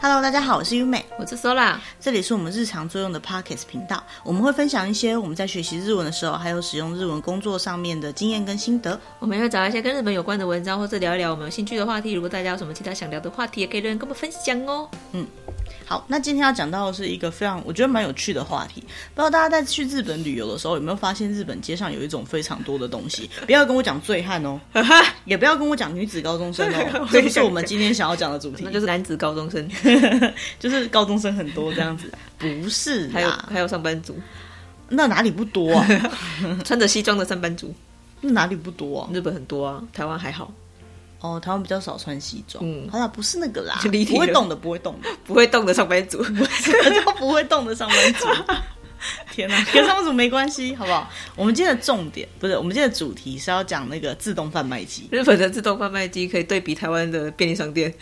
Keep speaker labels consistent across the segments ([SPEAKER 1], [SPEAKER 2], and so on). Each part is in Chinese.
[SPEAKER 1] Hello，大家好，我是优美，
[SPEAKER 2] 我是 Sola，
[SPEAKER 1] 这里是我们日常作用的 Pockets 频道，我们会分享一些我们在学习日文的时候，还有使用日文工作上面的经验跟心得。
[SPEAKER 2] 我们也会找一些跟日本有关的文章，或者聊一聊我们有兴趣的话题。如果大家有什么其他想聊的话题，也可以留言跟我们分享哦。，
[SPEAKER 1] 好，那今天要讲到的是一个非常我觉得蛮有趣的话题，不知道大家在去日本旅游的时候有没有发现日本街上有一种非常多的东西？不要跟我讲醉汉哦，也不要跟我讲女子高中生哦 这不是我们今天想要讲的主题
[SPEAKER 2] 那，就是男子高中生，
[SPEAKER 1] 就是高中生很多这样子，不是
[SPEAKER 2] 还有
[SPEAKER 1] 啦，
[SPEAKER 2] 还有上班族，
[SPEAKER 1] 那哪里不多啊？
[SPEAKER 2] 穿着西装的上班族，
[SPEAKER 1] 那哪里不多啊？
[SPEAKER 2] 日本很多啊，台湾还好，
[SPEAKER 1] 哦，台湾比较少穿西装。
[SPEAKER 2] 嗯
[SPEAKER 1] 好啦，不是那个啦
[SPEAKER 2] 就离，题
[SPEAKER 1] 不会
[SPEAKER 2] 了
[SPEAKER 1] 动的，不会动的，
[SPEAKER 2] 不会动的上班族。
[SPEAKER 1] 叫不会动的上班族。天哪、跟上班族没关系，好不好？我们今天的重点不是，我们今天的主题是要讲那个自动贩卖机。
[SPEAKER 2] 日本的自动贩卖机可以对比台湾的便利商店，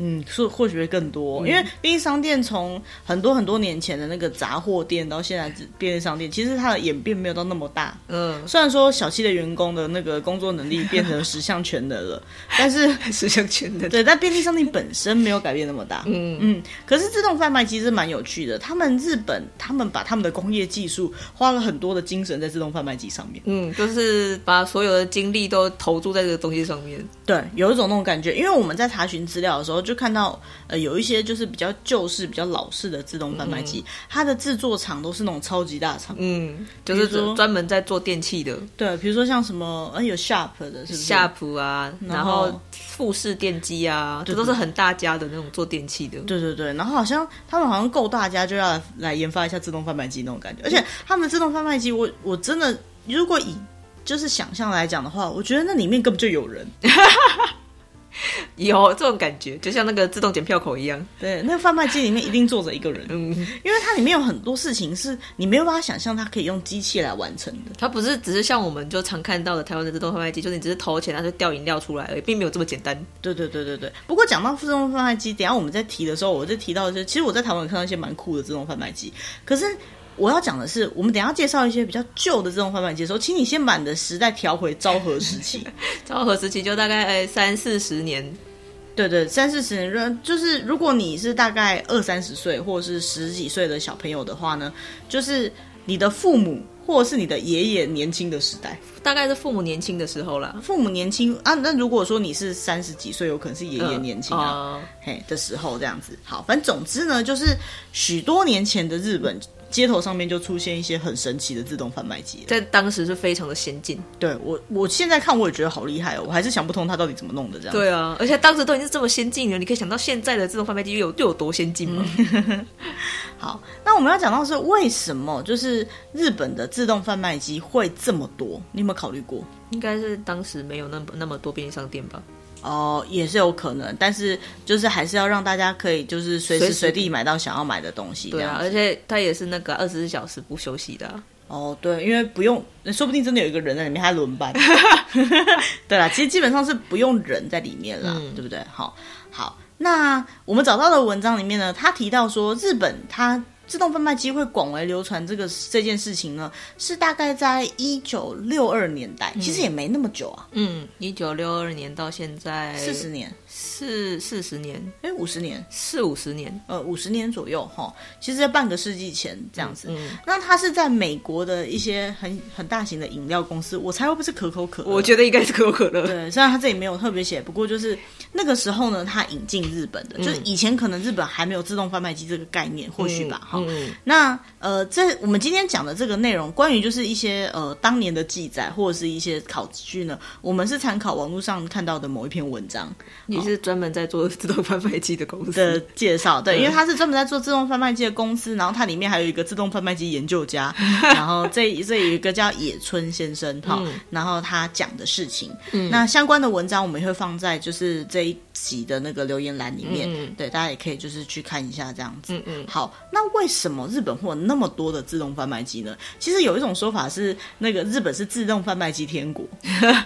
[SPEAKER 1] 嗯，说或许会更多，因为
[SPEAKER 2] 嗯
[SPEAKER 1] 便利商店从很多很多年前的那个杂货店到现在只便利商店，其实它的演变没有到那么大。
[SPEAKER 2] 嗯，
[SPEAKER 1] 虽然说小七的员工的那个工作能力变成十项全能了，但是
[SPEAKER 2] 十项全能。
[SPEAKER 1] 对，但便利商店本身没有改变那么大。嗯嗯，可是自动贩卖机是蛮有趣的。他们日本，他们把他们的工业技术花了很多的精神在自动贩卖机上面。
[SPEAKER 2] 嗯，就是把所有的精力都投注在这个东西上面。
[SPEAKER 1] 对，有一种那种感觉，因为我们在查询资料的时候，就看到呃有一些就是比较旧式、比较老式的自动贩卖机，它的制作厂都是那种超级大厂。
[SPEAKER 2] 嗯，就是
[SPEAKER 1] 比如说
[SPEAKER 2] 专门在做电器的
[SPEAKER 1] 对，比如说像什么呃有 Sharp 的，是不是
[SPEAKER 2] 夏普啊，然
[SPEAKER 1] 然
[SPEAKER 2] 后
[SPEAKER 1] 后
[SPEAKER 2] 富士电机啊，这
[SPEAKER 1] 对
[SPEAKER 2] 都是很大家的那种做电器的。
[SPEAKER 1] 对对对，然后好像他们好像够大家就要来研发一下自动贩卖机那种感觉，而且他们自动贩卖机，我我真的如果以就是想象来讲的话，我觉得那里面根本就有人，
[SPEAKER 2] 有这种感觉，就像那个自动检票口一样。
[SPEAKER 1] 对，那个贩卖机里面一定坐着一个人，
[SPEAKER 2] 嗯，
[SPEAKER 1] 因为它里面有很多事情是你没有办法想象它可以用机器来完成的。
[SPEAKER 2] 它不是只是像我们就常看到的台湾的自动贩卖机，就是你只是投钱，它就掉饮料出来而已，并没有这么简单。
[SPEAKER 1] 对对对对对。不过讲到自动贩卖机，等一下我们在提的时候，我就提到就是，其实我在台湾有看到一些蛮酷的自动贩卖机，可是。我要讲的是，我们等一下介绍一些比较旧的自动贩卖机的时候，请你先把你的时代调回昭和时期。
[SPEAKER 2] 昭和时期就大概呃三四十年，
[SPEAKER 1] 对对，三四十年认就是，如果你是大概二三十岁或者是十几岁的小朋友的话呢，就是你的父母或者是你的爷爷年轻的时代，
[SPEAKER 2] 大概是父母年轻的时候啦。
[SPEAKER 1] 父母年轻啊，那如果说你是三十几岁，有可能是爷爷年轻啊，
[SPEAKER 2] 嗯哦
[SPEAKER 1] 嘿的时候这样子。好，反正总之呢，就是许多年前的日本。街头上面就出现一些很神奇的自动贩卖机了，
[SPEAKER 2] 在当时是非常的先进。
[SPEAKER 1] 对我我现在看我也觉得好厉害哦，我还是想不通它到底怎么弄的这样子。
[SPEAKER 2] 对啊，而且当时都已经是这么先进了，你可以想到现在的自动贩卖机有又有多先进吗？
[SPEAKER 1] 好，那我们要讲到是为什么，就是日本的自动贩卖机会这么多？你有没有考虑过？
[SPEAKER 2] 应该是当时没有那么那么多便利商店吧？
[SPEAKER 1] 哦、也是有可能，但是就是还是要让大家可以就是随
[SPEAKER 2] 随
[SPEAKER 1] 时
[SPEAKER 2] 时
[SPEAKER 1] 随地买到想要买的东西。
[SPEAKER 2] 对啊，
[SPEAKER 1] 这
[SPEAKER 2] 而
[SPEAKER 1] 样子
[SPEAKER 2] 且它也是那个二十四小时不休息的啊、
[SPEAKER 1] 哦，对，因为不用，说不定真的有一个人在里面，他轮 班。对啦，其实基本上是不用人在里面啦，
[SPEAKER 2] 嗯
[SPEAKER 1] 对不对？好，好，那我们找到的文章里面呢，他提到说，日本它自动贩卖机会广为流传这个这件事情呢，是大概在一九六二年代，其实也没那么久啊，
[SPEAKER 2] 嗯，一九六二年到现在
[SPEAKER 1] 四十年，
[SPEAKER 2] 四四十年，
[SPEAKER 1] 哎，五十年，
[SPEAKER 2] 四五十年
[SPEAKER 1] 呃，五十年左右哈，其实在半个世纪前这样子。
[SPEAKER 2] 嗯，
[SPEAKER 1] 那它是在美国的一些很很大型的饮料公司，我猜会不会是可口可乐？
[SPEAKER 2] 我觉得应该是可口可乐。
[SPEAKER 1] 对，虽然他这里没有特别写，不过就是那个时候呢，他引进日本
[SPEAKER 2] 嗯
[SPEAKER 1] 的，就是以前可能日本还没有自动贩卖机这个概念，或许吧，哈、
[SPEAKER 2] 嗯
[SPEAKER 1] 那呃，这我们今天讲的这个内容，关于就是一些呃当年的记载或者是一些考据呢，我们是参考网络上看到的某一篇文章
[SPEAKER 2] 你是专门在做自动贩卖机的公
[SPEAKER 1] 的
[SPEAKER 2] 司，
[SPEAKER 1] 介绍，
[SPEAKER 2] 嗯
[SPEAKER 1] 对，因为它是专门在做自动贩卖机的公司，然后它里面还有一个自动贩卖机研究 家，然后这这有一个叫野村先生哈、
[SPEAKER 2] 嗯
[SPEAKER 1] 然后他讲的事情，那相关的文章我们也会放在就是这一集的那个留言栏里面，
[SPEAKER 2] 嗯嗯
[SPEAKER 1] 对，大家也可以就是去看一下这样子。
[SPEAKER 2] 嗯嗯，
[SPEAKER 1] 好，那为什么日本会有那么多的自动贩卖机呢？其实有一种说法是，那个日本是自动贩卖机天国，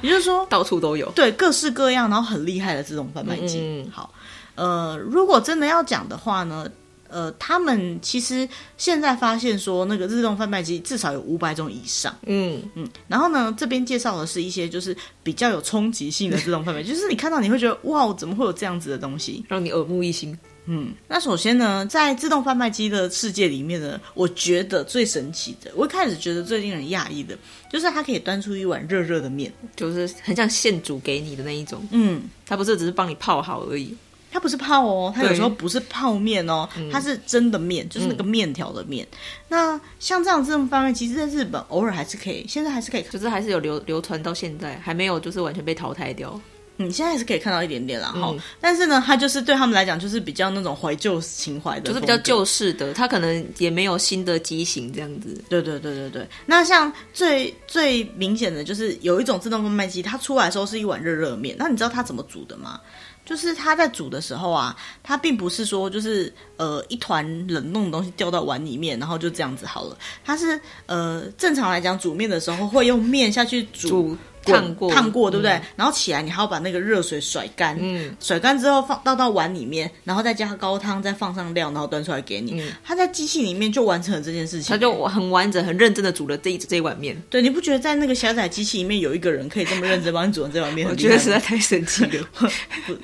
[SPEAKER 1] 也就是说，
[SPEAKER 2] 到处都有。
[SPEAKER 1] 对，各式各样，然后很厉害的自动贩卖机。
[SPEAKER 2] 嗯嗯嗯
[SPEAKER 1] 好，呃，如果真的要讲的话呢，呃，他们其实现在发现说，那个自动贩卖机至少有五百种以上。
[SPEAKER 2] 嗯，
[SPEAKER 1] 嗯，然后呢，这边介绍的是一些就是比较有冲击性的自动贩卖机，就是你看到你会觉得哇，怎么会有这样子的东西？
[SPEAKER 2] 让你耳目一新。
[SPEAKER 1] 嗯，那首先呢，在自动贩卖机的世界里面呢，我觉得最神奇的，我一开始觉得最令人讶异的，就是它可以端出一碗热热的面。
[SPEAKER 2] 就是很像现煮给你的那一种，
[SPEAKER 1] 嗯，
[SPEAKER 2] 它不是只是帮你泡好而已。
[SPEAKER 1] 它不是泡哦，它有
[SPEAKER 2] 对嗯
[SPEAKER 1] 时候不是泡面哦，它是真的面，就是那个面条的面。那像这样自动贩卖机，在日本偶尔还是可以，现在还是可以看，
[SPEAKER 2] 就是还是有流流传到现在，还没有就是完全被淘汰掉。
[SPEAKER 1] 嗯，现在还是可以看到一点点啦哈。
[SPEAKER 2] 嗯
[SPEAKER 1] 但是呢，它就是对他们来讲，就是比较那种怀旧情怀的，
[SPEAKER 2] 就是比较。旧式的，它可能也没有新的机型这样子。
[SPEAKER 1] 对对对对对，那像最最明显的就是有一种自动贩卖机，它出来的时候是一碗热热面。那你知道它怎么煮的吗？就是它在煮的时候啊，它并不是说就是呃一团冷冻的东西掉到碗里面，然后就这样子好了。它是呃正常来讲煮面的时候会用面下去煮
[SPEAKER 2] 煮
[SPEAKER 1] 滚
[SPEAKER 2] 烫过，
[SPEAKER 1] 烫过，对不对？
[SPEAKER 2] 嗯？
[SPEAKER 1] 然后起来你还要把那个热水甩干，
[SPEAKER 2] 嗯，
[SPEAKER 1] 甩干之后放倒到碗里面，然后再加高汤，再放上料，然后端出来给你。
[SPEAKER 2] 嗯
[SPEAKER 1] 它在机器里面就完成了这件事情，
[SPEAKER 2] 它就很完整、很认真的煮了这一这一碗面，
[SPEAKER 1] 对，你不觉得在那个小仔机器里面有一个人可以这么认真帮你煮成这碗面？
[SPEAKER 2] 我
[SPEAKER 1] 很厉
[SPEAKER 2] 觉得
[SPEAKER 1] 害啊
[SPEAKER 2] 实在
[SPEAKER 1] 吗
[SPEAKER 2] 太 神奇了。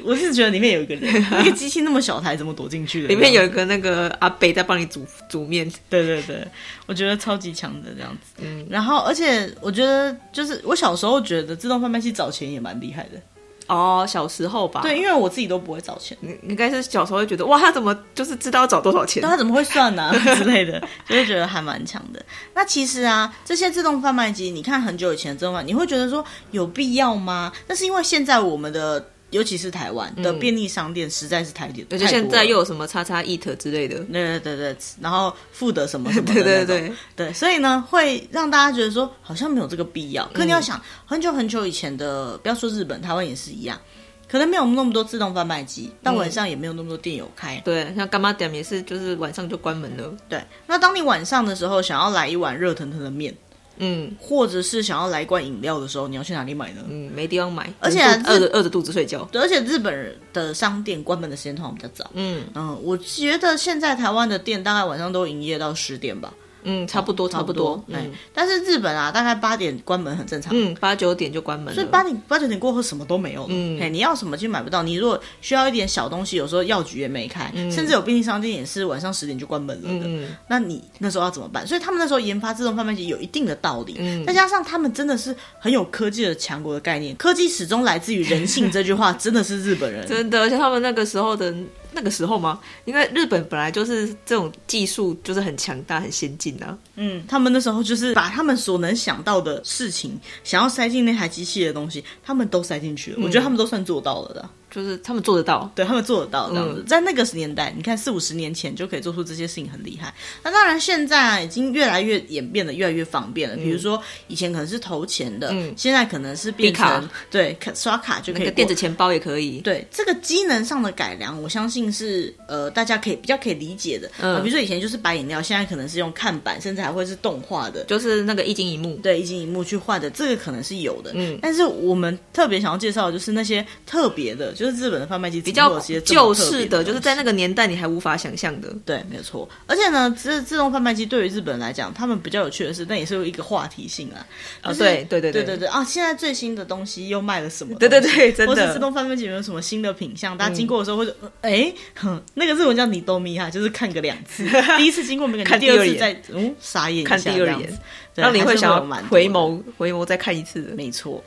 [SPEAKER 1] 我是觉得里面有一个 人，那个机器那么小台，怎么躲进去的？
[SPEAKER 2] 里面有一个那个阿北在帮你煮煮面，
[SPEAKER 1] 对对对，我觉得超级强的这样子。嗯，然后而且我觉得就是我小时候觉得自动贩卖机找钱也蛮厉害的，
[SPEAKER 2] 哦，小时候吧，
[SPEAKER 1] 对，，因为我自己都不会找钱，
[SPEAKER 2] 你应该是小时候会觉得哇，他怎么就是知道要找多少钱
[SPEAKER 1] 但？他怎么会算 呢、之类的，就会觉得还蛮强的。那其实啊，这些自动贩卖机，你看很久以前的自动贩，你会觉得说有必要吗？但是因为现在我们的。尤其是台湾的便利商店实在是太点，
[SPEAKER 2] 而
[SPEAKER 1] 而
[SPEAKER 2] 且嗯现在又有什么叉叉 eat 之类的，
[SPEAKER 1] 对对对对，然后付的什么什么的那
[SPEAKER 2] 对 对
[SPEAKER 1] 种
[SPEAKER 2] 对嗯
[SPEAKER 1] 对，所以呢，会让大家觉得说好像没有这个必要。可你要想，很久很久以前的，不要说日本，台湾也是一样，可能没有那么多自动贩卖机，到晚上也没有那么多店有开。
[SPEAKER 2] 对，像干妈点也是，就是晚上就关门了。
[SPEAKER 1] 对，那当你晚上的时候想要来一碗热腾腾的面，
[SPEAKER 2] 嗯
[SPEAKER 1] 或者是想要来一罐饮料的时候，你要去哪里买呢？
[SPEAKER 2] 嗯，没地方买，
[SPEAKER 1] 而且啊
[SPEAKER 2] 就是饿着饿着肚子睡觉。
[SPEAKER 1] 对，而且日本人的商店关门的时间通常比较早。
[SPEAKER 2] 嗯
[SPEAKER 1] 嗯，我觉得现在台湾的店大概晚上都营业到十点吧，
[SPEAKER 2] 嗯，差不多差不多。
[SPEAKER 1] 哎、
[SPEAKER 2] 嗯
[SPEAKER 1] 但是日本啊，大概八点关门很正常。
[SPEAKER 2] 嗯，八九点就关门
[SPEAKER 1] 所以
[SPEAKER 2] 了。
[SPEAKER 1] 八点八九点过后什么都没有了，嗯，你要什么其实买不到。你如果需要一点小东西，有时候药局也没开，甚至有便利商店也是晚上十点就关门了的。
[SPEAKER 2] 嗯
[SPEAKER 1] 那你那时候要怎么办？所以他们那时候研发自动贩卖机有一定的道理，再加上他们真的是很有科技的强国的概念，科技始终来自于人性这句话真的是日本人，
[SPEAKER 2] 真的，而且他们那个时候的那个时候嘛，因为日本本来就是这种技术就是很强大、很先进啊。
[SPEAKER 1] 嗯，他们那时候就是把他们所能想到的事情，想要塞进那台机器的东西，他们都塞进去了。我觉得他们都算做到了的，
[SPEAKER 2] 就是他们做得到。
[SPEAKER 1] 对他们做得到这样
[SPEAKER 2] 嗯
[SPEAKER 1] 子。在那个年代，你看四五十年前就可以做出这些事情，很厉害。那当然，现在啊已经越来越演变得越来越方便了。比如说，以前可能是投钱的，
[SPEAKER 2] 嗯
[SPEAKER 1] 现在可能是变
[SPEAKER 2] 必卡
[SPEAKER 1] 成对卡刷卡就可以
[SPEAKER 2] 那个
[SPEAKER 1] 过
[SPEAKER 2] 电子。钱包也可以，
[SPEAKER 1] 对这个机能上的改良，我相信是呃大家可以比较可以理解的。
[SPEAKER 2] 嗯
[SPEAKER 1] 呃比如说以前就是摆饮料，现在可能是用看板，甚至还会是动画的。
[SPEAKER 2] 就是那个一金一幕。
[SPEAKER 1] 对，一镜一幕去换的，这个可能是有的。
[SPEAKER 2] 嗯
[SPEAKER 1] 但是我们特别想要介绍的就是那些特别的，就是日本的贩卖机
[SPEAKER 2] 比
[SPEAKER 1] 比
[SPEAKER 2] 较
[SPEAKER 1] 些这
[SPEAKER 2] 旧
[SPEAKER 1] 么特别
[SPEAKER 2] 式的，就是在那
[SPEAKER 1] 东西
[SPEAKER 2] 个年代你还无法想象的。
[SPEAKER 1] 对，没有错。而且呢，自自动贩卖机对于日本人来讲，他们比较有趣的是，那也是有一个话题性啊。
[SPEAKER 2] 啊
[SPEAKER 1] 就是
[SPEAKER 2] 对对对
[SPEAKER 1] 对
[SPEAKER 2] 对
[SPEAKER 1] 对啊！现在最新的东西又卖了什么东
[SPEAKER 2] 对
[SPEAKER 1] 西？
[SPEAKER 2] 对对，真
[SPEAKER 1] 或是自
[SPEAKER 2] 的。嗯
[SPEAKER 1] 动贩卖机有没有什么新的品相？大家经过的时候会说，哎、哼，那个日文叫你都咪哈，就是看个两次， 第一次经过没感觉，
[SPEAKER 2] 看
[SPEAKER 1] 第
[SPEAKER 2] 第
[SPEAKER 1] 二
[SPEAKER 2] 二
[SPEAKER 1] 次
[SPEAKER 2] 眼
[SPEAKER 1] 再嗯傻眼一下
[SPEAKER 2] 看第二
[SPEAKER 1] 这样
[SPEAKER 2] 眼
[SPEAKER 1] 子，对
[SPEAKER 2] 然后你
[SPEAKER 1] 还
[SPEAKER 2] 会
[SPEAKER 1] 是
[SPEAKER 2] 想
[SPEAKER 1] 有蛮
[SPEAKER 2] 要
[SPEAKER 1] 多
[SPEAKER 2] 回
[SPEAKER 1] 的
[SPEAKER 2] 眸，回眸再看一次的。
[SPEAKER 1] 没错。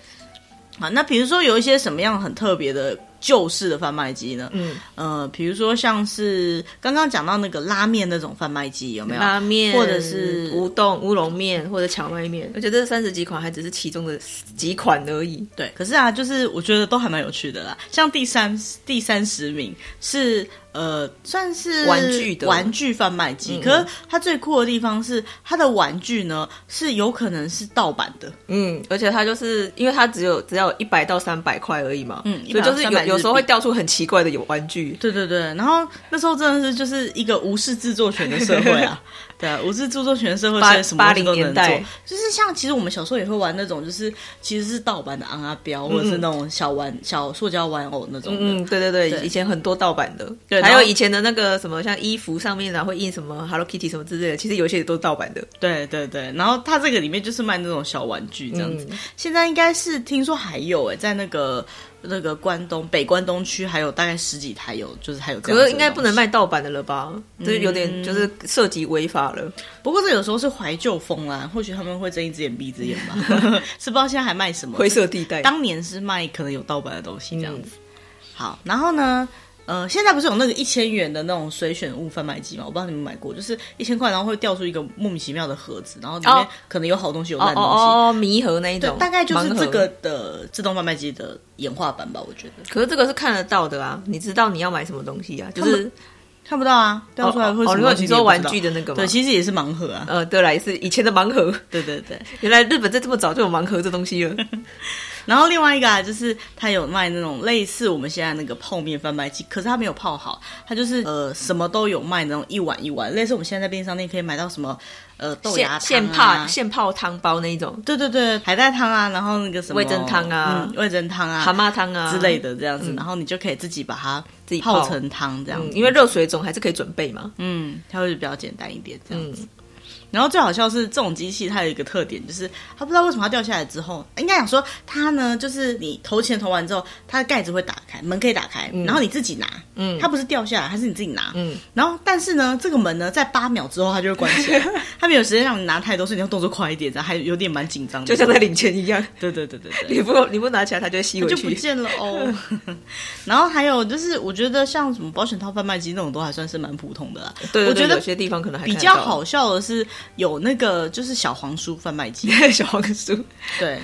[SPEAKER 1] 啊，那比如说有一些什么样很特别的旧式的贩卖机呢？
[SPEAKER 2] 嗯，
[SPEAKER 1] 呃，比如说像是刚刚讲到那个拉面那种贩卖机，有没有？
[SPEAKER 2] 拉面
[SPEAKER 1] 或者是
[SPEAKER 2] 乌冬、乌龙面或者荞麦面，我觉得这三十几款还只是其中的几款而已。
[SPEAKER 1] 对，可是啊，就是我觉得都还蛮有趣的啦。像第三第三十名是呃，算是
[SPEAKER 2] 玩具的嗯
[SPEAKER 1] 玩具贩卖机，可是它最酷的地方是它的玩具呢是有可能是盗版的，
[SPEAKER 2] 嗯，而且它就是因为它只有只要一百到三百块而已嘛，
[SPEAKER 1] 嗯
[SPEAKER 2] 所以就
[SPEAKER 1] 100
[SPEAKER 2] 是
[SPEAKER 1] 到300日
[SPEAKER 2] 有
[SPEAKER 1] 币
[SPEAKER 2] 有时候会掉出很奇怪的有玩具。
[SPEAKER 1] 对对对，然后那时候真的是就是一个无视制作权的社会啊，对啊，无字著作权社会
[SPEAKER 2] 八
[SPEAKER 1] 现在什么东西都能
[SPEAKER 2] 80年
[SPEAKER 1] 做
[SPEAKER 2] 代，
[SPEAKER 1] 就是像其实我们小时候也会玩那种，就是其实是盗版的昂啊标，或者是那种小玩小塑胶玩偶那种的。
[SPEAKER 2] 嗯嗯，对对对，
[SPEAKER 1] 对
[SPEAKER 2] 以前很多盗版的，
[SPEAKER 1] 对
[SPEAKER 2] 还
[SPEAKER 1] 然
[SPEAKER 2] 有
[SPEAKER 1] 后
[SPEAKER 2] 以前的那个什么，像衣服上面啊会印什么 Hello Kitty 什么之类的，其实有些也都是盗版的。
[SPEAKER 1] 对对对，然后它这个里面就是卖那种小玩具这样子。
[SPEAKER 2] 嗯
[SPEAKER 1] 现在应该是听说还有哎、在那个那个关东北关东区还有大概十几台有，就是还有这
[SPEAKER 2] 可
[SPEAKER 1] 样子的东西。
[SPEAKER 2] 啊是应该不能卖盗版的嗯了吧？这有点就是涉及违法了。
[SPEAKER 1] 不过这有时候是怀旧风啦，或许他们会睁一只眼闭一只眼 吧，是不知道现在还卖什么。
[SPEAKER 2] 灰色地带。
[SPEAKER 1] 当年是卖可能有盗版的东西这样子。
[SPEAKER 2] 嗯
[SPEAKER 1] 好，然后呢，呃，现在不是有那个一千元的那种随选物贩卖机吗？我不知道你们买过，就是一千块，然后会掉出一个莫名其妙的盒子，然后里面
[SPEAKER 2] 哦
[SPEAKER 1] 可能有好东西，有
[SPEAKER 2] 哦
[SPEAKER 1] 烂东西。
[SPEAKER 2] 哦哦，迷盒那一种，
[SPEAKER 1] 大概就是
[SPEAKER 2] 盲盒
[SPEAKER 1] 这个。的自动贩卖机的演化版吧，我觉得
[SPEAKER 2] 可是这个是看得到的啊，你知道你要买什么东西啊？就是
[SPEAKER 1] 看不到啊，掉出来会
[SPEAKER 2] 哦，
[SPEAKER 1] 什
[SPEAKER 2] 如
[SPEAKER 1] 么
[SPEAKER 2] 果
[SPEAKER 1] 东西你也不
[SPEAKER 2] 你
[SPEAKER 1] 知道、
[SPEAKER 2] 说玩具的那个吗
[SPEAKER 1] 对，？其实也是盲盒啊，
[SPEAKER 2] 呃，对啦，也是以前的盲盒。
[SPEAKER 1] 对对对。
[SPEAKER 2] 原来日本在这么早就有盲盒这东西了。
[SPEAKER 1] 然后另外一个啊，就是它有卖那种类似我们现在那个泡面贩卖机，可是它没有泡好，它就是呃什么都有卖那种一碗一碗，类似我们现在在便利商店可以买到什么呃豆芽
[SPEAKER 2] 现
[SPEAKER 1] 汤
[SPEAKER 2] 现
[SPEAKER 1] 啊
[SPEAKER 2] 泡。现泡汤包那一种，
[SPEAKER 1] 对对对，海带汤啊，然后那个什么
[SPEAKER 2] 味噌汤啊
[SPEAKER 1] 嗯，味噌汤啊，
[SPEAKER 2] 蛤蟆汤啊
[SPEAKER 1] 之类。的这样子，
[SPEAKER 2] 嗯
[SPEAKER 1] 然后你就可以自己把它
[SPEAKER 2] 自己
[SPEAKER 1] 泡
[SPEAKER 2] 泡
[SPEAKER 1] 成汤这样
[SPEAKER 2] 嗯，
[SPEAKER 1] 子，
[SPEAKER 2] 因为热水总还是可以准备嘛。
[SPEAKER 1] 嗯，它会比较简单一点这样
[SPEAKER 2] 嗯
[SPEAKER 1] 子。然后最好笑是这种机器，它有一个特点，就是它不知道为什么它掉下来之后，应该讲说它呢，就是你投钱投完之后，它的盖子会打开，门可以打开，然后你自己拿，
[SPEAKER 2] 嗯
[SPEAKER 1] 它不是掉下来，它是你自己拿，
[SPEAKER 2] 嗯，
[SPEAKER 1] 然后但是呢，这个门呢，在八秒之后它就会关起来， 它没有时间让你拿太多，所以你要动作快一点，然后还有点蛮紧张的，
[SPEAKER 2] 就像在领钱一样，
[SPEAKER 1] 对对对对对，
[SPEAKER 2] 你不你不拿起来，它就会吸回
[SPEAKER 1] 就不
[SPEAKER 2] 去。
[SPEAKER 1] 见了哦。 然后还有就是，我觉得像什么保险套贩卖机那种，都还算是蛮普通的啦。
[SPEAKER 2] 对，对
[SPEAKER 1] 我
[SPEAKER 2] 对
[SPEAKER 1] 觉得
[SPEAKER 2] 有些地方可能还
[SPEAKER 1] 比
[SPEAKER 2] 看得
[SPEAKER 1] 较
[SPEAKER 2] 到
[SPEAKER 1] 好。笑的是有那个就是小黄书贩卖 机，
[SPEAKER 2] 小黄书，
[SPEAKER 1] 对。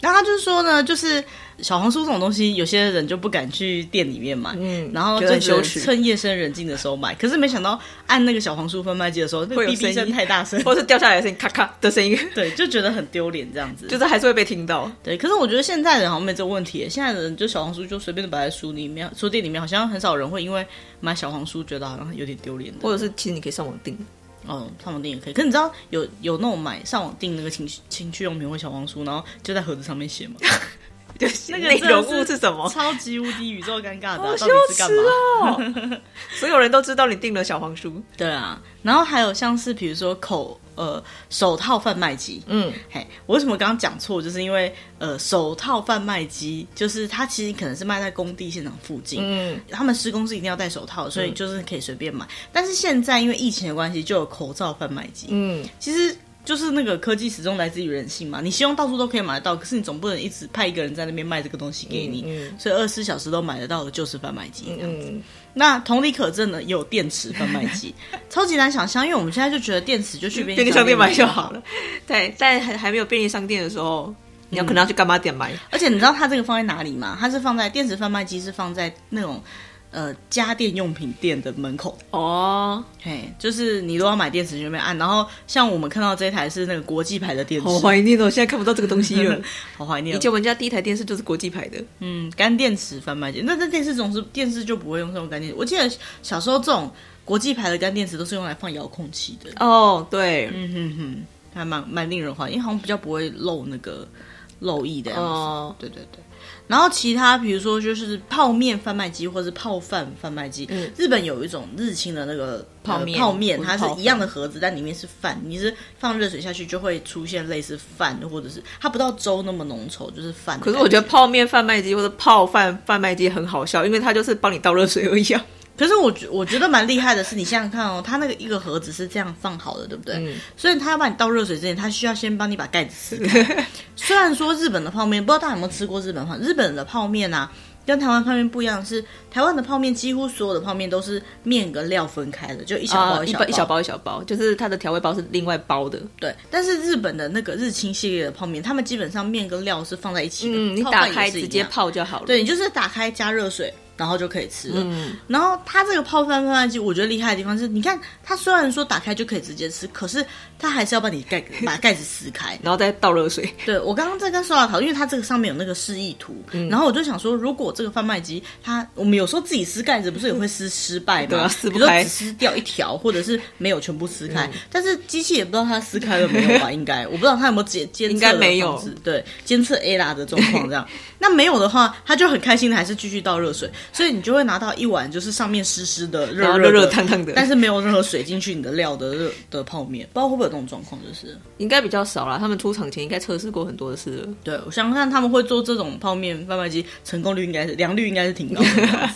[SPEAKER 1] 然后他就是说呢，就是小黄书这种东西，有些人就不敢去店里面买，
[SPEAKER 2] 嗯
[SPEAKER 1] 然后
[SPEAKER 2] 觉得
[SPEAKER 1] 就
[SPEAKER 2] 很
[SPEAKER 1] 只能
[SPEAKER 2] 羞耻
[SPEAKER 1] 趁夜深人静的时候买。可是没想到按那个小黄书贩卖机的时候，那个
[SPEAKER 2] 会有
[SPEAKER 1] B B
[SPEAKER 2] 声
[SPEAKER 1] 声
[SPEAKER 2] 音
[SPEAKER 1] 太大 声，
[SPEAKER 2] 或是掉下来的声音咔咔的声音，
[SPEAKER 1] 对，就觉得很丢脸这样子。
[SPEAKER 2] 就是还是会被听到。
[SPEAKER 1] 对，可是我觉得现在人好像没这个问题耶，现在人就小黄书就随便的摆在书里面，书店里面好像很少人会因为买小黄书觉得好像有点丢脸的。
[SPEAKER 2] 或者是其实你可以上网订，
[SPEAKER 1] 哦，上网订也可以。可是你知道有有那种买上网订那个情趣情趣用品或小黄书，然后就在盒子上面写 吗？
[SPEAKER 2] 就 是
[SPEAKER 1] 那个
[SPEAKER 2] 内
[SPEAKER 1] 真的
[SPEAKER 2] 容物是什么？
[SPEAKER 1] 超级无敌宇宙尴尬的啊、
[SPEAKER 2] 好
[SPEAKER 1] 到
[SPEAKER 2] 羞
[SPEAKER 1] 底是
[SPEAKER 2] 耻
[SPEAKER 1] 干嘛？
[SPEAKER 2] 哦！ 所有人都知道你订了小黄书，
[SPEAKER 1] 对啊，然后还有像是比如说口呃手套贩卖机，
[SPEAKER 2] 嗯，
[SPEAKER 1] 嘿，我为什么刚刚讲错？就是因为呃手套贩卖机，就是它其实可能是卖在工地现场附近，
[SPEAKER 2] 嗯，
[SPEAKER 1] 他们施工是一定要戴手套的，所以就是可以随便买。但是现在因为疫情的关系，就有口罩贩卖机。
[SPEAKER 2] 嗯，
[SPEAKER 1] 其实就是那个科技始终来自于人性嘛，你希望到处都可以买得到，可是你总不能一直派一个人在那边卖这个东西给你。
[SPEAKER 2] 嗯
[SPEAKER 1] 所以二十四小时都买得到的就是贩卖机这样子。
[SPEAKER 2] 嗯，
[SPEAKER 1] 那同理可证呢，也有电池贩卖 机，超级难想象，因为我们现在就觉得电池就去便
[SPEAKER 2] 便利商
[SPEAKER 1] 商
[SPEAKER 2] 店买
[SPEAKER 1] 就
[SPEAKER 2] 就好了。。 嗯对，在还还没有便利商店的时候，你要可能要去干妈店买，
[SPEAKER 1] 而且你知道它这个放在哪里吗？它是放在电池贩卖机是放在那种呃家电用品店的门口
[SPEAKER 2] 哦，
[SPEAKER 1] 嘿，就是你都要买电池去那边按，然后像我们看到这一台是那个国际牌的电视，
[SPEAKER 2] 好怀念哦，现在看不到这个东西 了。
[SPEAKER 1] 好怀念
[SPEAKER 2] 以
[SPEAKER 1] 哦。
[SPEAKER 2] 前我们家第一台电视就是国际牌的，
[SPEAKER 1] 嗯，干电池贩卖机，那那电视总是电视就不会用这种干电池。我记得小时候这种国际牌的干电池都是用来放遥控器的。
[SPEAKER 2] 哦，对，
[SPEAKER 1] 嗯哼哼，还蛮蛮令人怀念，因为好像比较不会漏那个漏液的样子。
[SPEAKER 2] 哦，
[SPEAKER 1] 对对对。然后其他比如说就是泡面贩卖机或是泡饭贩卖机，
[SPEAKER 2] 嗯
[SPEAKER 1] 日本有一种日清的那个
[SPEAKER 2] 泡面
[SPEAKER 1] 呃泡面，
[SPEAKER 2] 或是
[SPEAKER 1] 它是
[SPEAKER 2] 泡饭
[SPEAKER 1] 一样的盒子，但里面是饭，你是放热水下去就会出现类似饭或者是它不到粥那么浓稠，就是饭的
[SPEAKER 2] 可
[SPEAKER 1] 感。
[SPEAKER 2] 是我觉得泡面贩卖机或者泡饭贩卖机很好笑，因为它就是帮你倒热水而已啊。
[SPEAKER 1] 可是我觉我觉得蛮厉害的是，你想想看哦，它那个一个盒子是这样放好的，对不对？
[SPEAKER 2] 嗯
[SPEAKER 1] 所以它要把你倒热水之前，它需要先帮你把盖子撕开。 虽然说日本的泡面，不知道大家有没有吃过日本泡日本的泡面啊，跟台湾泡面不一样的是，台湾的泡面几乎所有的泡面都是面跟料分开的，就一小包
[SPEAKER 2] 啊，
[SPEAKER 1] 一
[SPEAKER 2] 一
[SPEAKER 1] 小
[SPEAKER 2] 包
[SPEAKER 1] 包。
[SPEAKER 2] 一 小包一小包，就是它的调味包是另外包的。
[SPEAKER 1] 对，但是日本的那个日清系列的泡面，他们基本上面跟料是放在一起的，
[SPEAKER 2] 嗯，你
[SPEAKER 1] 泡
[SPEAKER 2] 打
[SPEAKER 1] 饭
[SPEAKER 2] 开
[SPEAKER 1] 也是一
[SPEAKER 2] 直接
[SPEAKER 1] 样。
[SPEAKER 2] 泡就好了。
[SPEAKER 1] 对，你就是打开加热水，然后就可以吃了。
[SPEAKER 2] 嗯，
[SPEAKER 1] 然后它这个泡饭贩卖机，我觉得厉害的地方是，你看它虽然说打开就可以直接吃，可是它还是要把你盖把盖子撕开。
[SPEAKER 2] 然后再倒热水，
[SPEAKER 1] 对我刚刚在跟苏雅讨论，因为它这个上面有那个示意图，
[SPEAKER 2] 嗯
[SPEAKER 1] 然后我就想说，如果这个贩卖机它，我们有时候自己撕盖子不是也会撕失败吗？
[SPEAKER 2] 对啊撕不
[SPEAKER 1] 比如说
[SPEAKER 2] 开嗯
[SPEAKER 1] 只撕掉一条，或者是没有全部撕开。但是机器也不知道它撕开了没有吧？应该我不知道它有没有监监测
[SPEAKER 2] 应该
[SPEAKER 1] 的
[SPEAKER 2] 没有
[SPEAKER 1] 方式对监测 A 啦的状况这 样。那没有的话，他就很开心的还是继续倒热水，所以你就会拿到一碗就是上面湿湿的热
[SPEAKER 2] 然后
[SPEAKER 1] 热
[SPEAKER 2] 热热烫烫的，
[SPEAKER 1] 但是没有任何水进去你的料的热的泡面，不知道会不会有这种状况，就是了。
[SPEAKER 2] 应该比较少啦。他们出厂前应该测试过很多次了。
[SPEAKER 1] 对，我想看他们会做这种泡面贩卖机，成功率应该是良率应该是挺高的。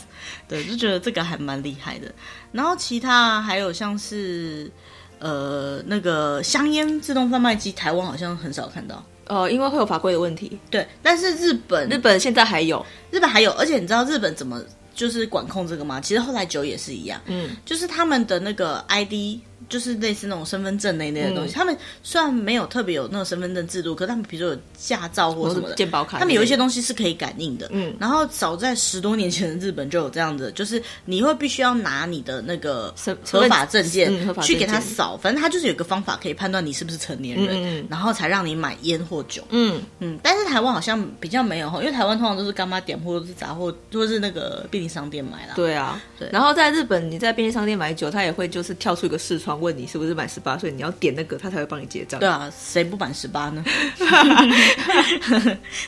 [SPEAKER 1] 对，就觉得这个还蛮厉害的。然后其他还有像是呃那个香烟自动贩卖机，台湾好像很少看到。
[SPEAKER 2] 呃，因为会有法规的问题，
[SPEAKER 1] 对，但是日本
[SPEAKER 2] 日本现在还有，
[SPEAKER 1] 日本还有，而且你知道日本怎么就是管控这个吗？其实后来酒也是一样，
[SPEAKER 2] 嗯，
[SPEAKER 1] 就是他们的那个 ID，就是类似那种身份证那一类的东西。他们虽然没有特别有那种身份证制度，可是他们比如说有驾照或哦什么的，
[SPEAKER 2] 健保卡之类的，
[SPEAKER 1] 他们有一些东西是可以感应的，
[SPEAKER 2] 嗯
[SPEAKER 1] 然后早在十多年前的日本就有这样的，就是你会必须要拿你的那个
[SPEAKER 2] 身
[SPEAKER 1] 合法证件
[SPEAKER 2] 嗯合法证
[SPEAKER 1] 去给
[SPEAKER 2] 件
[SPEAKER 1] 他扫，反正他就是有个方法可以判断你是不是成年人，
[SPEAKER 2] 嗯嗯嗯
[SPEAKER 1] 然后才让你买烟或酒。
[SPEAKER 2] 嗯，
[SPEAKER 1] 嗯，但是台湾好像比较没有吼，因为台湾通常都是干妈点或者是杂货，或者是那个便利商店买啦。
[SPEAKER 2] 对啊，
[SPEAKER 1] 对
[SPEAKER 2] 然后在日本，你在便利商店买酒，他也会就是跳出一个视窗问你是不是满十八岁，你要点那个，他才会帮你结账。
[SPEAKER 1] 对啊，谁不满十八 呢？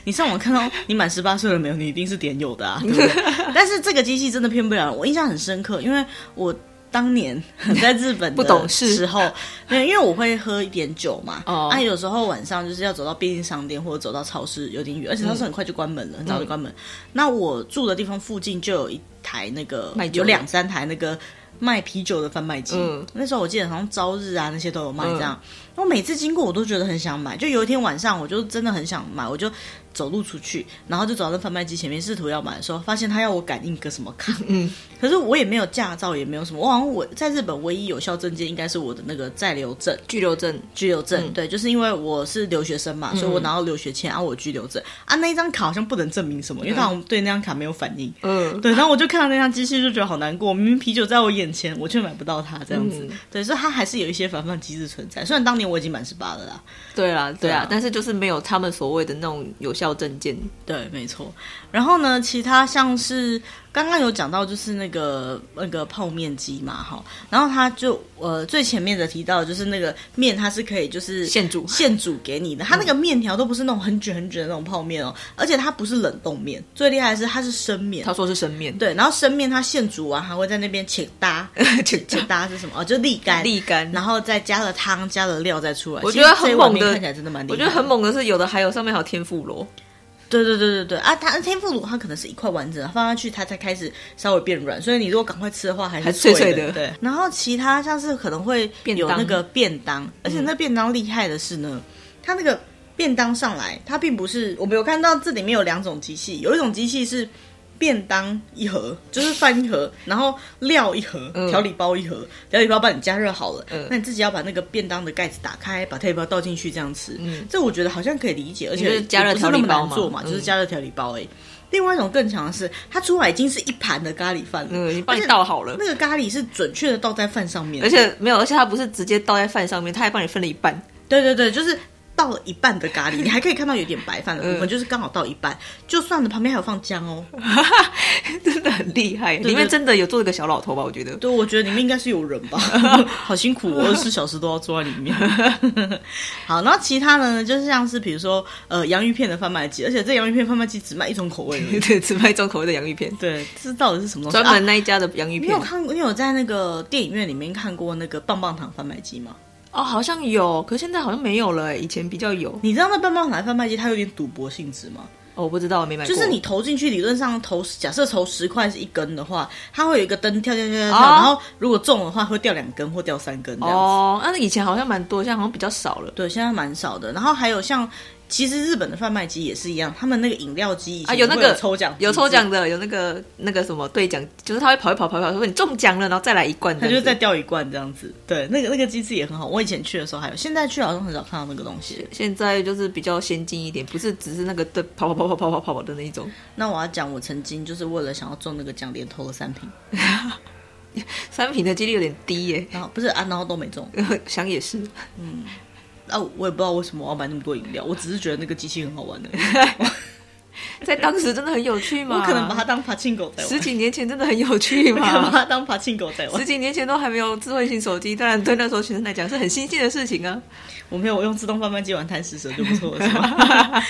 [SPEAKER 1] 你上网看到你满十八岁了没有？你一定是点有的啊，对不 对？但是这个机器真的骗不了我，印象很深刻，因为我当年 在日本
[SPEAKER 2] 不懂事
[SPEAKER 1] 的时候，没有因为我会喝一点酒嘛，
[SPEAKER 2] 哦
[SPEAKER 1] 啊，有时候晚上就是要走到便利商店或者走到超市有点
[SPEAKER 2] 嗯
[SPEAKER 1] 远，而且超市很快就关门了，很早就关门。那我住的地方附近就有一台那个
[SPEAKER 2] 卖酒
[SPEAKER 1] 有
[SPEAKER 2] 的
[SPEAKER 1] 两三台那个卖啤酒的贩卖机，
[SPEAKER 2] 嗯
[SPEAKER 1] 那时候我记得好像朝日啊那些都有卖这样。我每次经过我都觉得很想买，就有一天晚上我就真的很想买，我就走路出去，然后就走到那贩卖机前面试图要买的时候，发现他要我感应个什么卡，
[SPEAKER 2] 嗯，
[SPEAKER 1] 可是我也没有驾照，也没有什么，我好像我在日本唯一有效证件应该是我的那个在留证。
[SPEAKER 2] 拘留证，
[SPEAKER 1] 居留证，对，就是因为我是留学生嘛，所以我拿到留学签，啊，我居留证啊，那一张卡好像不能证明什么，因为他好像对那张卡没有反应，
[SPEAKER 2] 嗯，
[SPEAKER 1] 对，然后我就看到那辆机器就觉得好难过，明明啤酒在我眼前，我却买不到它，这样子。
[SPEAKER 2] 嗯
[SPEAKER 1] 对，所以它还是有一些防范机制存在。虽然当年我已经满十八了啦，
[SPEAKER 2] 对啦，对
[SPEAKER 1] 对啊
[SPEAKER 2] 啊，但是就是没有他们所谓的那种有效证件，
[SPEAKER 1] 对，没错。然后呢，其他像是刚刚有讲到，就是那个那个泡面机嘛，哈，然后它就呃最前面的提到，就是那个面它是可以就是
[SPEAKER 2] 现煮嗯
[SPEAKER 1] 现煮给你的，它那个面条都不是那种很卷很卷的那种泡面哦，而且它不是冷冻面，最厉害的是它是生面
[SPEAKER 2] 他。说是生面，
[SPEAKER 1] 对，然后生面它现煮完还会在那边请搭，
[SPEAKER 2] 请搭
[SPEAKER 1] 请搭是什么？哦，就沥干，
[SPEAKER 2] 沥干
[SPEAKER 1] 然后再加了汤，加了料再出来。
[SPEAKER 2] 我
[SPEAKER 1] 其
[SPEAKER 2] 觉得
[SPEAKER 1] 实这
[SPEAKER 2] 很
[SPEAKER 1] 碗
[SPEAKER 2] 猛
[SPEAKER 1] 面
[SPEAKER 2] 的
[SPEAKER 1] 看起来真的蛮厉害。
[SPEAKER 2] 我觉得很。猛的是，有的还有上面还有天妇 罗，
[SPEAKER 1] 对对对对对啊！它天妇罗它可能是一块完整的，放下去它才开始稍微变软，所以你如果赶快吃的话，还是
[SPEAKER 2] 还脆
[SPEAKER 1] 脆
[SPEAKER 2] 脆的
[SPEAKER 1] 对，然后其他像是可能会
[SPEAKER 2] 便
[SPEAKER 1] 有
[SPEAKER 2] 当
[SPEAKER 1] 那个便当，而且那便当厉害的是呢，它那个便当上来，它并不是我们有看到这里面有两种机器，有一种机器是。便当一盒就是饭一盒，然后料一盒，
[SPEAKER 2] 嗯
[SPEAKER 1] 调理包一盒，调理包帮你加热好了，
[SPEAKER 2] 嗯
[SPEAKER 1] 那你自己要把那个便当的盖子打开，把调理包倒进去这样吃，
[SPEAKER 2] 嗯
[SPEAKER 1] 这我觉得好像可以理解，而
[SPEAKER 2] 就
[SPEAKER 1] 且
[SPEAKER 2] 是加热
[SPEAKER 1] 也不是
[SPEAKER 2] 调理
[SPEAKER 1] 那么
[SPEAKER 2] 包
[SPEAKER 1] 难
[SPEAKER 2] 嘛
[SPEAKER 1] 做嘛，就是
[SPEAKER 2] 嗯
[SPEAKER 1] 加热调理包而已。另外一种更强的是，它出来已经是一盘的咖喱饭了，
[SPEAKER 2] 嗯，你
[SPEAKER 1] 而
[SPEAKER 2] 帮你
[SPEAKER 1] 且
[SPEAKER 2] 倒好了，
[SPEAKER 1] 那个咖喱是准确的倒在饭上面，
[SPEAKER 2] 而且没有，而且他不是直接倒在饭上面，他还帮你分了一半，
[SPEAKER 1] 对对对，就是倒了一半的咖喱，你还可以看到有点白饭的部分，
[SPEAKER 2] 嗯
[SPEAKER 1] 就是刚好倒一 半，就算了，旁边还有放姜哦。
[SPEAKER 2] 真的很厉害。
[SPEAKER 1] 对
[SPEAKER 2] 里面真的有做一个小老头吧？我觉得，
[SPEAKER 1] 对，我觉得里面应该是有人 吧，好辛苦、哦，二十四小时都要坐在里面。好，然后其他的呢，就是像是比如说呃洋芋片的贩卖机，而且这洋芋片贩卖机只卖一种口味 而已。
[SPEAKER 2] 对，只卖重口味的洋芋片，
[SPEAKER 1] 对，这到底是什么东西？
[SPEAKER 2] 专
[SPEAKER 1] 啊
[SPEAKER 2] 门那一家的洋芋
[SPEAKER 1] 你
[SPEAKER 2] 片
[SPEAKER 1] 有，看过？你有在那个电影院里面看过那个棒棒糖贩卖机吗？
[SPEAKER 2] 哦，好像有，可现在好像没有了欸，以前比较有。
[SPEAKER 1] 你知道那棒棒糖贩卖机它有点赌博性质吗？
[SPEAKER 2] 哦，我不知道，我没买过。
[SPEAKER 1] 就是你投进去，理论上投假设投十块是一根的话，它会有一个灯跳跳跳跳跳，
[SPEAKER 2] 哦
[SPEAKER 1] 然后如果中的话会掉两根或掉三根这样子。
[SPEAKER 2] 啊哦，那以前好像蛮多，现在好像比较少了。
[SPEAKER 1] 对，现在蛮少的。然后还有像其实日本的贩卖机也是一样，他们那个饮料机以前
[SPEAKER 2] 啊有那个
[SPEAKER 1] 会有抽奖，
[SPEAKER 2] 有抽奖，的，有那个那个什么兑奖，就是他会跑一跑跑一跑，说你中奖了，然后再来一罐这
[SPEAKER 1] 他
[SPEAKER 2] 样
[SPEAKER 1] 就
[SPEAKER 2] 子，
[SPEAKER 1] 再掉一罐这样子。对，那个那个机制也很好。我以前去的时候还有，现在去好像很少看到那个东西。
[SPEAKER 2] 现在就是比较先进一点，不是只是那个对跑跑跑跑跑跑跑跑的那一种。
[SPEAKER 1] 那我要讲，我曾经就是为了想要中那个奖，连投了三瓶，
[SPEAKER 2] 三瓶的几率有点低耶、
[SPEAKER 1] 然后不是啊，然后都没中。
[SPEAKER 2] 想也是，
[SPEAKER 1] 啊，我也不知道为什么我要买那么多饮料，我只是觉得那个机器很好玩的。
[SPEAKER 2] 在当时真的很有趣嘛。
[SPEAKER 1] 我可能把它当爬庆狗在玩
[SPEAKER 2] 十，几年前真的很有趣
[SPEAKER 1] 我可能把
[SPEAKER 2] 嘛。
[SPEAKER 1] 它当爬庆狗在玩
[SPEAKER 2] 十。几年前都还没有智慧型手机，当然对那时候学生来讲是很新鲜的事情啊。
[SPEAKER 1] 我没有我用自动贩卖机玩贪食蛇就不错了，是吧？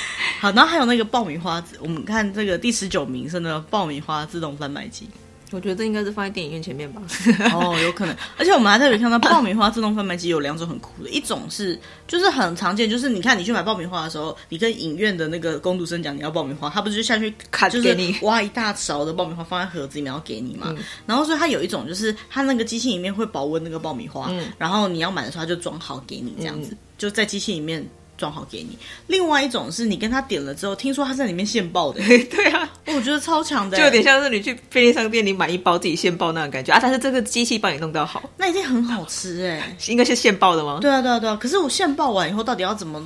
[SPEAKER 1] 好，然后还有那个爆米花，我们看这个第十九名是那个爆米花自动贩卖机。
[SPEAKER 2] 我觉得应该是放在电影院前 面吧。
[SPEAKER 1] 哦，有可能。而且我们还特别看到爆米花自动贩卖机有两种很酷的，一种是就是很常见，就是你看你去买爆米花的时候，你跟影院的那个工读生讲你要爆米花，他不是就下去
[SPEAKER 2] 砍
[SPEAKER 1] 就
[SPEAKER 2] 给
[SPEAKER 1] 是
[SPEAKER 2] 你嗯
[SPEAKER 1] 挖一大勺的爆米花放在盒子里面，然后给你嘛。然后所以它有一种就是它那个机器里面会保温那个爆米花，
[SPEAKER 2] 嗯
[SPEAKER 1] 然后你要买的时候它就装好给你这样子，就在机器里面。装好给你。另外一种是你跟他点了之后，听说他在里面现爆 的，
[SPEAKER 2] 对啊，
[SPEAKER 1] 哦我觉得超强的、
[SPEAKER 2] 就有点像是你去便利商店，你买一包自己现包那种感觉啊。但是这个机器帮你弄到好，
[SPEAKER 1] 那一定很好吃哎、
[SPEAKER 2] 应该是现包的吗？
[SPEAKER 1] 对啊，对啊，对啊。可是我现爆完以后，到底要怎么？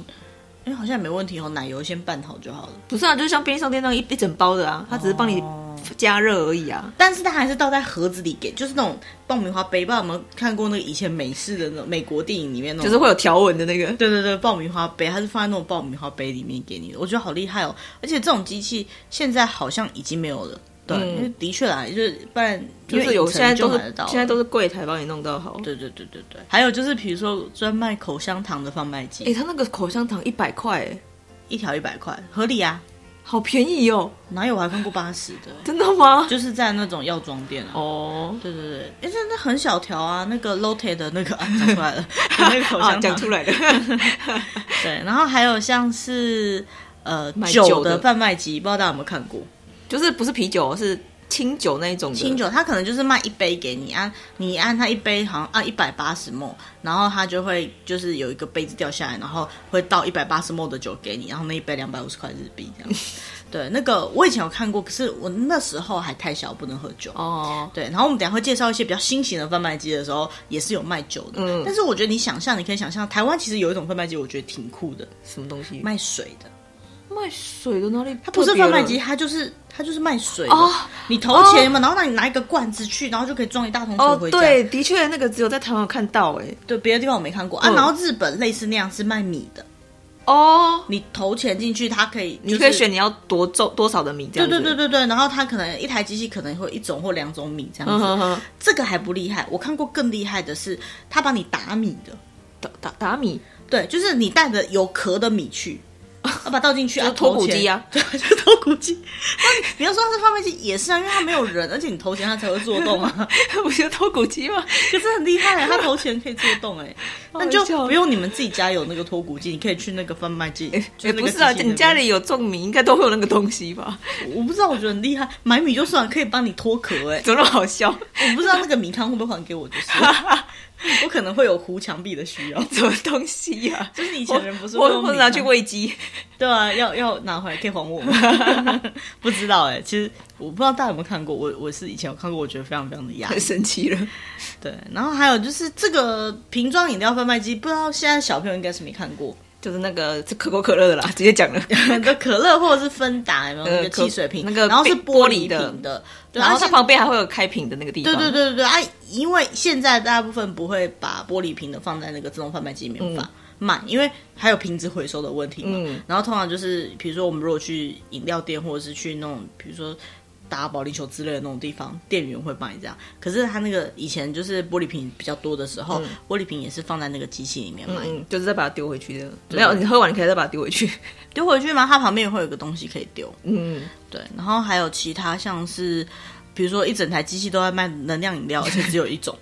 [SPEAKER 1] 哎，好像也没问题哦，奶油先拌好就好了。
[SPEAKER 2] 不是啊，就像便利商店那样一一整包的啊，它只是帮你
[SPEAKER 1] 哦
[SPEAKER 2] 加热而已啊。
[SPEAKER 1] 但是它还是倒在盒子里给，就是那种爆米花杯。不知道有没有看过那个以前美式的那种美国电影里面那种，
[SPEAKER 2] 就是会有条纹的那个，
[SPEAKER 1] 对对对，爆米花杯，它是放在那种爆米花杯里面给你的，我觉得好厉害哦！而且这种机器现在好像已经没有了，对，
[SPEAKER 2] 嗯
[SPEAKER 1] 因为的确啦，就是不然因
[SPEAKER 2] 就
[SPEAKER 1] 为
[SPEAKER 2] 是有
[SPEAKER 1] 影城
[SPEAKER 2] 现在
[SPEAKER 1] 就
[SPEAKER 2] 都是
[SPEAKER 1] 买得到了，
[SPEAKER 2] 现在都是柜台帮你弄到好。
[SPEAKER 1] 对对对对对。还有就是比如说专卖口香糖的贩卖机，
[SPEAKER 2] 哎、它那个口香糖一百块，哎，
[SPEAKER 1] 一条一百块，合理啊？
[SPEAKER 2] 好便宜哦，
[SPEAKER 1] 哪有我还看过八十的、
[SPEAKER 2] 真的吗？
[SPEAKER 1] 就是在那种药妆店啊。
[SPEAKER 2] 哦，
[SPEAKER 1] 对对对，因为那那很小条啊，那个 Lotte 的那个啊讲出来了，那个口
[SPEAKER 2] 啊，
[SPEAKER 1] 香
[SPEAKER 2] 讲
[SPEAKER 1] 糖。
[SPEAKER 2] 出来的，
[SPEAKER 1] 对，然后还有像是呃
[SPEAKER 2] 买
[SPEAKER 1] 酒
[SPEAKER 2] 酒
[SPEAKER 1] 的
[SPEAKER 2] 的
[SPEAKER 1] 贩卖机，不知道大家有没有看过？
[SPEAKER 2] 就是不是啤酒，是清酒那一种的。
[SPEAKER 1] 清酒它可能就是卖一杯给你，按你按它一杯好像啊按一百八十 ml，然后它就会就是有一个杯子掉下来，然后会倒一百八十 ml 的酒给你，然后那一杯两百五十块日币这样 子。对，那个我以前有看过，可是我那时候还太小，不能喝酒。
[SPEAKER 2] 哦，
[SPEAKER 1] 对，然后我们等一下会介绍一些比较新型的贩卖机的时候，也是有卖酒的。
[SPEAKER 2] 嗯
[SPEAKER 1] 但是我觉得你想象，你可以想象，台湾其实有一种贩卖机，我觉得挺酷的，
[SPEAKER 2] 什么东西？卖
[SPEAKER 1] 卖水的。
[SPEAKER 2] 卖水的哪里？
[SPEAKER 1] 它
[SPEAKER 2] 它
[SPEAKER 1] 不是贩卖机，它就是它就是卖水的。
[SPEAKER 2] 哦
[SPEAKER 1] 你投钱嘛，然后那你拿一个罐子去，然后就可以装一大桶水
[SPEAKER 2] 哦，
[SPEAKER 1] 回家。
[SPEAKER 2] 对，的确那个只有在台湾有看到，哎，
[SPEAKER 1] 对，别的地方我没看过啊。
[SPEAKER 2] 嗯
[SPEAKER 1] 然后日本类似那样是卖米的，
[SPEAKER 2] 哦，
[SPEAKER 1] 你投钱进去，它可以、就是、
[SPEAKER 2] 你可以选你要多重多少的米这
[SPEAKER 1] 对
[SPEAKER 2] 样子。
[SPEAKER 1] 对对对对，然后它可能一台机器可能会有一种或两种米这样
[SPEAKER 2] 嗯
[SPEAKER 1] 子，
[SPEAKER 2] 哼哼，
[SPEAKER 1] 这个还不厉害。我看过更厉害的是，它帮你打米的，
[SPEAKER 2] 打打打米，
[SPEAKER 1] 对，就是你带着有壳的米去，要把它倒进去
[SPEAKER 2] 就是
[SPEAKER 1] 啊，
[SPEAKER 2] 脱骨
[SPEAKER 1] 投钱
[SPEAKER 2] 机啊，
[SPEAKER 1] 对，就是脱骨机。你要说它是贩卖机也是啊，因为它没有人，而且你投钱它才会做动 啊，
[SPEAKER 2] 不是脱骨机吗？
[SPEAKER 1] 可是很厉害、啊，它投钱可以做动 哎、那就不用你们自己家有那个脱骨机，你可以去那个贩卖 机， 就
[SPEAKER 2] 也
[SPEAKER 1] 那
[SPEAKER 2] 不
[SPEAKER 1] 个
[SPEAKER 2] 是啊，
[SPEAKER 1] 机器那边
[SPEAKER 2] 你家里有种米，应该都会有那个东西吧？
[SPEAKER 1] 我不知道，我觉得很厉害，买米就算了可以帮你脱壳 哎、
[SPEAKER 2] 怎么那么好笑？
[SPEAKER 1] 我不知道那个米汤会不会还给我， 就是我可能会有糊墙壁的需要。
[SPEAKER 2] 什么东西呀、啊？
[SPEAKER 1] 就是以前人不是
[SPEAKER 2] 我
[SPEAKER 1] 会用
[SPEAKER 2] 我
[SPEAKER 1] 米
[SPEAKER 2] 拿
[SPEAKER 1] 汤
[SPEAKER 2] 去喂鸡，
[SPEAKER 1] 对啊，要要拿回来可以还我 吗？不知道哎、其实我不知道大家有没有看过，我我是以前有看过，我觉得非常非常的压
[SPEAKER 2] 很
[SPEAKER 1] 抑。
[SPEAKER 2] 神奇了。
[SPEAKER 1] 对，然后还有就是这个瓶装饮料贩卖机，不知道现在小朋友应该是没看 过，
[SPEAKER 2] 就是那个是可口可乐的啦，直接讲了。
[SPEAKER 1] 的可乐或者是芬达有没有
[SPEAKER 2] 呃
[SPEAKER 1] 那个汽水瓶，
[SPEAKER 2] 可那个
[SPEAKER 1] 然后是
[SPEAKER 2] 玻
[SPEAKER 1] 璃
[SPEAKER 2] 璃的
[SPEAKER 1] 瓶的，对
[SPEAKER 2] 然后它
[SPEAKER 1] 现
[SPEAKER 2] 旁边还会有开瓶的那个地方。
[SPEAKER 1] 对对对对对啊！因为现在大部分不会把玻璃瓶的放在那个自动贩卖机里面
[SPEAKER 2] 嗯
[SPEAKER 1] 放卖，因为还有瓶子回收的问题嘛。
[SPEAKER 2] 嗯
[SPEAKER 1] 然后通常就是，比如说我们如果去饮料店或者是去那种，比如说打保龄球之类的那种地方，店员会帮你这样。可是他那个以前就是玻璃瓶比较多的时候，玻璃瓶也是放在那个机器里面卖，
[SPEAKER 2] 嗯，嗯，就是再把它丢回去的。没有，你喝完你可以再把它丢回 去。
[SPEAKER 1] 丢回去嘛，它旁边也会有个东西可以丢。
[SPEAKER 2] 嗯，
[SPEAKER 1] 对，然后还有其他像是，比如说一整台机器都在卖能量饮料，而且只有一种。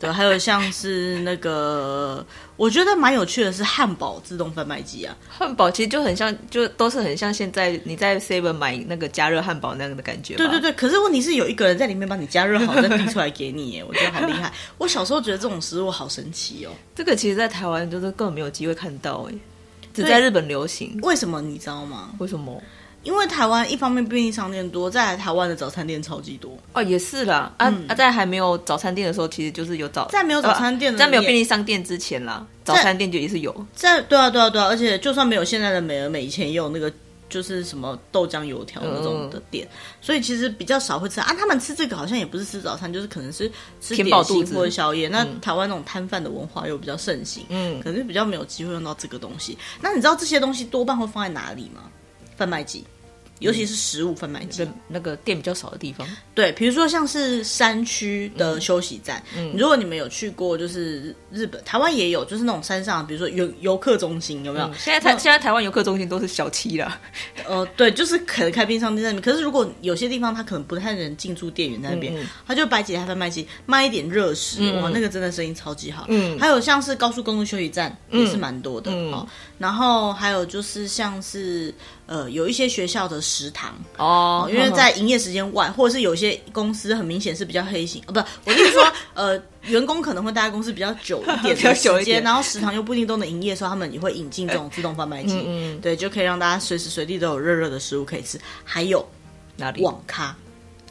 [SPEAKER 1] 对，还有像是那个，我觉得蛮有趣的是汉堡自动贩卖机啊，
[SPEAKER 2] 汉堡其实就很像，就都是很像现在你在 Seven 买那个加热汉堡那样的感觉吧。
[SPEAKER 1] 对对对，可是问题是有一个人在里面帮你加热好，再递出来给你耶，我觉得好厉害。我小时候觉得这种食物好神奇哦，
[SPEAKER 2] 这个其实，在台湾就是根本没有机会看到哎、只在日本流行。
[SPEAKER 1] 为什么你知道吗？
[SPEAKER 2] 为什么？
[SPEAKER 1] 因为台湾一方面便利商店多，再来台湾的早餐店超级多，
[SPEAKER 2] 哦，也是啦。啊、啊，在还没有早餐店的时候，其实就是有早，
[SPEAKER 1] 在没有早餐店的
[SPEAKER 2] 啊在没有
[SPEAKER 1] 店
[SPEAKER 2] 便利商店之前啦，早餐店就也是有。
[SPEAKER 1] 在对啊对啊对啊，而且就算没有现在的美而美，以前也有那个就是什么豆浆油条那种
[SPEAKER 2] 嗯
[SPEAKER 1] 的店，所以其实比较少会吃啊。他们吃这个好像也不是吃早餐，就是可能是吃
[SPEAKER 2] 填饱
[SPEAKER 1] 点
[SPEAKER 2] 肚
[SPEAKER 1] 心
[SPEAKER 2] 子
[SPEAKER 1] 或者宵夜。那台湾那种摊贩的文化又比较盛行，
[SPEAKER 2] 嗯，
[SPEAKER 1] 可是比较没有机会用到这个东西。那你知道这些东西多半会放在哪里吗？贩卖机，尤
[SPEAKER 2] 嗯
[SPEAKER 1] 其是食物贩卖机。
[SPEAKER 2] 就那个店比较少的地方，
[SPEAKER 1] 对，比如说像是山区
[SPEAKER 2] 嗯
[SPEAKER 1] 的休息站，如果你们有去过，就是日本、台湾也有，就是那种山上，比如说游游客中心，有没有？
[SPEAKER 2] 嗯现在台
[SPEAKER 1] 那
[SPEAKER 2] 现在台湾游客中心都是小七啦，
[SPEAKER 1] 呃，对，就是可能开便利商店在那边，可是如果有些地方它可能不太能进驻店员在那边，
[SPEAKER 2] 嗯嗯
[SPEAKER 1] 它就摆几台贩卖机卖一点热食，
[SPEAKER 2] 嗯
[SPEAKER 1] 哇，那个真的生意超级好。
[SPEAKER 2] 嗯
[SPEAKER 1] 还有像是高速公路休息站、也是蛮多的、
[SPEAKER 2] 嗯
[SPEAKER 1] 哦，然后还有就是像是呃有一些学校的食堂，
[SPEAKER 2] 哦
[SPEAKER 1] 因为在营业时间外，或者是有些公司很明显是比较黑心，呃，不，我就是说，呃，员工可能会待在公司比较久一点
[SPEAKER 2] 比较
[SPEAKER 1] 的
[SPEAKER 2] 久一
[SPEAKER 1] 时
[SPEAKER 2] 点呃
[SPEAKER 1] 间，然后食堂又不一定都能营业的时候，他们也会引进这种自动贩卖机，
[SPEAKER 2] 嗯嗯
[SPEAKER 1] 对，就可以让大家随时随地都有热热的食物可以吃。还有
[SPEAKER 2] 哪里？
[SPEAKER 1] 网咖，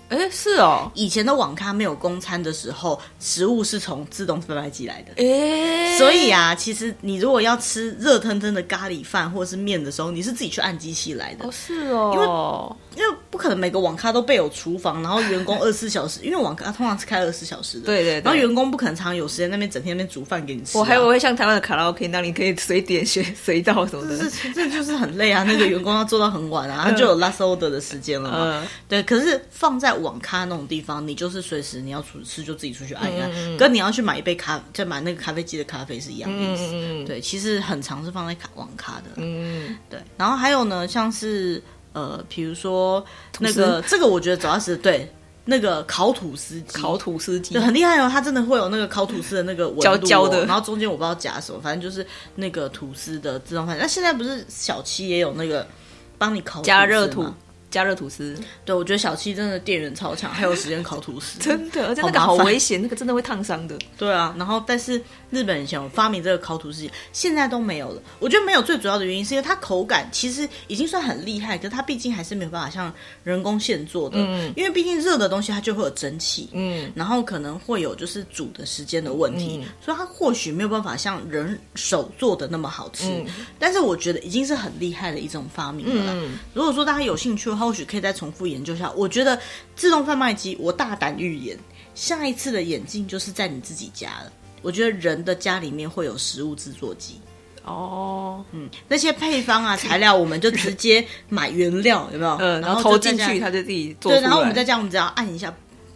[SPEAKER 2] 哎，是哦，
[SPEAKER 1] 以前的网咖没有公餐的时候，食物是从自动贩卖机来的。
[SPEAKER 2] 哎，
[SPEAKER 1] 所以啊，其实你如果要吃热腾腾的咖喱饭或是面的时候，你是自己去按机器来的
[SPEAKER 2] 哦，。是哦，
[SPEAKER 1] 因为不可能每个网咖都备有厨房，然后员 工二十四小时，因为网咖通常是开二十四小时的，
[SPEAKER 2] 对对对
[SPEAKER 1] 然后员工不可能常有时间那边整天那边煮饭给你吃啊、
[SPEAKER 2] 我还以 为像台湾的卡拉 OK，那你可以随点选随到什么
[SPEAKER 1] 这
[SPEAKER 2] 的，
[SPEAKER 1] 是这就是很累啊，那个员工要做到很晚啊，他就有 last order 的时间了嘛。
[SPEAKER 2] 嗯
[SPEAKER 1] 对，可是放在网咖那种地方，你就是随时你要出吃就自己出去按一按，跟你要去买一杯咖，就买那个咖啡机的咖啡是一样的意思。
[SPEAKER 2] 嗯嗯嗯
[SPEAKER 1] 对，其实很常是放在卡网咖的。
[SPEAKER 2] 嗯，
[SPEAKER 1] 对，然后还有呢，像是呃，比如说那
[SPEAKER 2] 司
[SPEAKER 1] 个这个，我觉得主要是对那个烤吐司机，
[SPEAKER 2] 烤吐司机
[SPEAKER 1] 对，很厉害哦，它真的会有那个烤吐司的那个纹路、哦，
[SPEAKER 2] 焦焦的
[SPEAKER 1] 然后中间我不知道夹什么，反正就是那个吐司的自动饭。那现在不是小七也有那个帮你烤
[SPEAKER 2] 加热
[SPEAKER 1] 吐司
[SPEAKER 2] 吐
[SPEAKER 1] 吗？
[SPEAKER 2] 加热吐司，
[SPEAKER 1] 对，我觉得小七真的店员超强，还有时间烤吐司，
[SPEAKER 2] 真的，而且
[SPEAKER 1] 好
[SPEAKER 2] 那个
[SPEAKER 1] 麻
[SPEAKER 2] 好
[SPEAKER 1] 烦
[SPEAKER 2] 危险，那个真的会烫伤的。
[SPEAKER 1] 对啊，然后但是日本以前有发明这个烤吐司机，现在都没有了。我觉得没有最主要的原因是因为它口感其实已经算很厉害，可是它毕竟还是没有办法像人工现做的，
[SPEAKER 2] 嗯
[SPEAKER 1] 因为毕竟热的东西它就会有蒸汽，
[SPEAKER 2] 嗯，
[SPEAKER 1] 然后可能会有就是煮的时间的问题，
[SPEAKER 2] 嗯
[SPEAKER 1] 所以它或许没有办法像人手做的那么好吃，
[SPEAKER 2] 嗯
[SPEAKER 1] 但是我觉得已经是很厉害的一种发明了啦。
[SPEAKER 2] 嗯
[SPEAKER 1] 如果说大家有兴趣的话，或许可以再重复研究一下。我觉得自动贩卖机，我大胆预言，下一次的眼镜就是在你自己家了。我觉得人的家里面会有食物制作机，
[SPEAKER 2] 哦，
[SPEAKER 1] 嗯，那些配方啊、材料，我们就直接买原料，有没有？
[SPEAKER 2] 嗯，然
[SPEAKER 1] 就
[SPEAKER 2] 后投
[SPEAKER 1] 在
[SPEAKER 2] 进
[SPEAKER 1] 家
[SPEAKER 2] 去，它就自己做出
[SPEAKER 1] 对，
[SPEAKER 2] 来。
[SPEAKER 1] 然后我们再这样，我们只要按一下，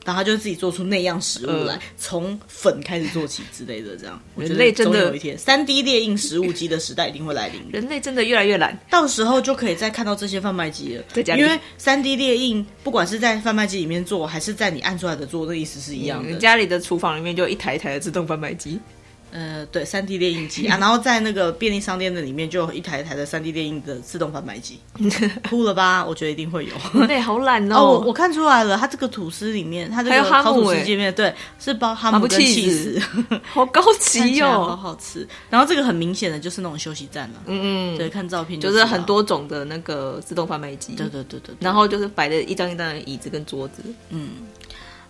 [SPEAKER 1] 然后它就自己做出那样食物来，从粉开始做起之类的，这样。我觉
[SPEAKER 2] 呃人
[SPEAKER 1] 得
[SPEAKER 2] 类真
[SPEAKER 1] 总
[SPEAKER 2] 的
[SPEAKER 1] 有一天，三 D 列印食物机的时代一定会来临。
[SPEAKER 2] 人类真的越来越懒，
[SPEAKER 1] 到时候就可以再看到这些贩卖机了，
[SPEAKER 2] 在家里
[SPEAKER 1] 因为三 D 列印，不管是在贩卖机里面做，还是在你按出来的做，那意思是一样的。
[SPEAKER 2] 嗯家里的厨房里面就一台一台的自动贩卖机。
[SPEAKER 1] 呃，对，三 D 列印机 啊，然后在那个便利商店的里面，就有一台一台的三 D 列印的自动贩卖 机，哭了吧？我觉得一定会有。
[SPEAKER 2] 对，好懒
[SPEAKER 1] 哦，我
[SPEAKER 2] 哦。
[SPEAKER 1] 我看出来了，它这个吐司里面，它这
[SPEAKER 2] 还有
[SPEAKER 1] 个
[SPEAKER 2] 哈
[SPEAKER 1] 烤
[SPEAKER 2] 姆
[SPEAKER 1] 吐司
[SPEAKER 2] 欸
[SPEAKER 1] 界面，对，是包哈姆
[SPEAKER 2] 姆
[SPEAKER 1] 跟
[SPEAKER 2] cheese
[SPEAKER 1] 司，
[SPEAKER 2] 好高
[SPEAKER 1] 看
[SPEAKER 2] 级
[SPEAKER 1] 起来好
[SPEAKER 2] 哦。
[SPEAKER 1] 好吃。然后这个很明显的就是那种休息站了，
[SPEAKER 2] 嗯，
[SPEAKER 1] 对，看照片
[SPEAKER 2] 就是
[SPEAKER 1] 知道
[SPEAKER 2] 很，多种的那个自动贩卖机。
[SPEAKER 1] 对对对对对。
[SPEAKER 2] 然后就是摆的一张一张的椅子跟桌子，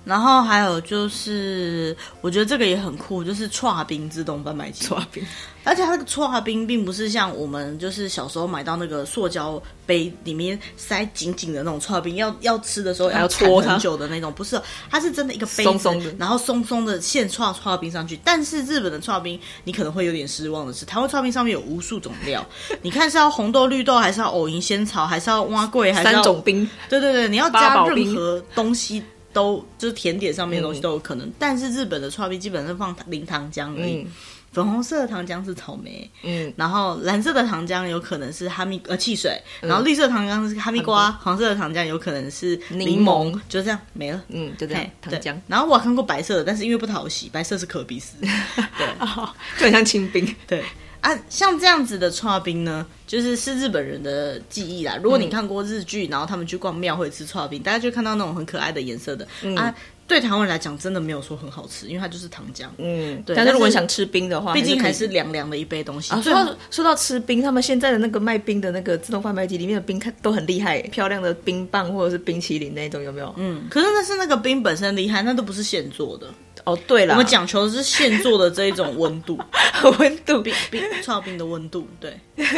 [SPEAKER 1] 然后还有就是，我觉得这个也很酷，就是串冰自动贩卖机。
[SPEAKER 2] 抓饼。
[SPEAKER 1] 而且它那个串冰并不是像我们就是小时候买到那个塑胶杯里面塞紧紧的那种串冰，要要吃的时候
[SPEAKER 2] 还要
[SPEAKER 1] 缠
[SPEAKER 2] 戳它
[SPEAKER 1] 很久的那种，不是，它是真的一个杯子，
[SPEAKER 2] 松松的
[SPEAKER 1] 然后松松的现串串冰上去。但是日本的串冰你可能会有点失望的是，台湾串冰上面有无数种 料，你看是要红豆、绿豆，还是要藕银、仙草，还是要蛙桂，还是
[SPEAKER 2] 三
[SPEAKER 1] 要
[SPEAKER 2] 种冰，
[SPEAKER 1] 对对对，你要
[SPEAKER 2] 八
[SPEAKER 1] 加
[SPEAKER 2] 宝
[SPEAKER 1] 任
[SPEAKER 2] 冰
[SPEAKER 1] 何东西都，就是甜点上面的东西
[SPEAKER 2] 嗯
[SPEAKER 1] 都有可能。但是日本的刨冰基本上放零糖浆而已，
[SPEAKER 2] 嗯
[SPEAKER 1] 粉红色的糖浆是草莓，
[SPEAKER 2] 嗯，
[SPEAKER 1] 然后蓝色的糖浆有可能是哈密呃汽水，
[SPEAKER 2] 嗯
[SPEAKER 1] 然后绿色的糖浆是哈密瓜，黄色的糖浆有可能是柠
[SPEAKER 2] 柠檬
[SPEAKER 1] 檬，就这样没了。
[SPEAKER 2] 嗯，就这样
[SPEAKER 1] 嘿，
[SPEAKER 2] 糖浆
[SPEAKER 1] 对，，然后我 有看过白色的，但是因为不讨喜，白色是可比斯，对
[SPEAKER 2] 啊就很像清冰。
[SPEAKER 1] 对。啊，像这样子的串冰呢，就是是日本人的记忆啦。如果你看过日剧，然后他们去逛庙会吃串冰，大家就看到那种很可爱的颜色的、
[SPEAKER 2] 嗯
[SPEAKER 1] 啊。对台湾人来讲，真的没有说很好吃，因为它就是糖浆。
[SPEAKER 2] 嗯，
[SPEAKER 1] 对
[SPEAKER 2] 但是如果
[SPEAKER 1] 但是
[SPEAKER 2] 你想吃冰的话，
[SPEAKER 1] 毕竟
[SPEAKER 2] 还
[SPEAKER 1] 还
[SPEAKER 2] 是
[SPEAKER 1] 是
[SPEAKER 2] 可以。
[SPEAKER 1] 凉凉的一杯东西。
[SPEAKER 2] 啊，
[SPEAKER 1] 最
[SPEAKER 2] 说到说到吃冰，他们现在的那个卖冰的那个自动贩卖机里面的冰看都很厉害， 漂亮的冰棒或者是冰淇淋那一种有没有？嗯，
[SPEAKER 1] 嗯，可是那是那个冰本身厉害，那都不是现做的。
[SPEAKER 2] 哦对了，
[SPEAKER 1] 我们 讲求的是现做的这一种温度，
[SPEAKER 2] 温 度
[SPEAKER 1] 冰冰刨冰的温度，对，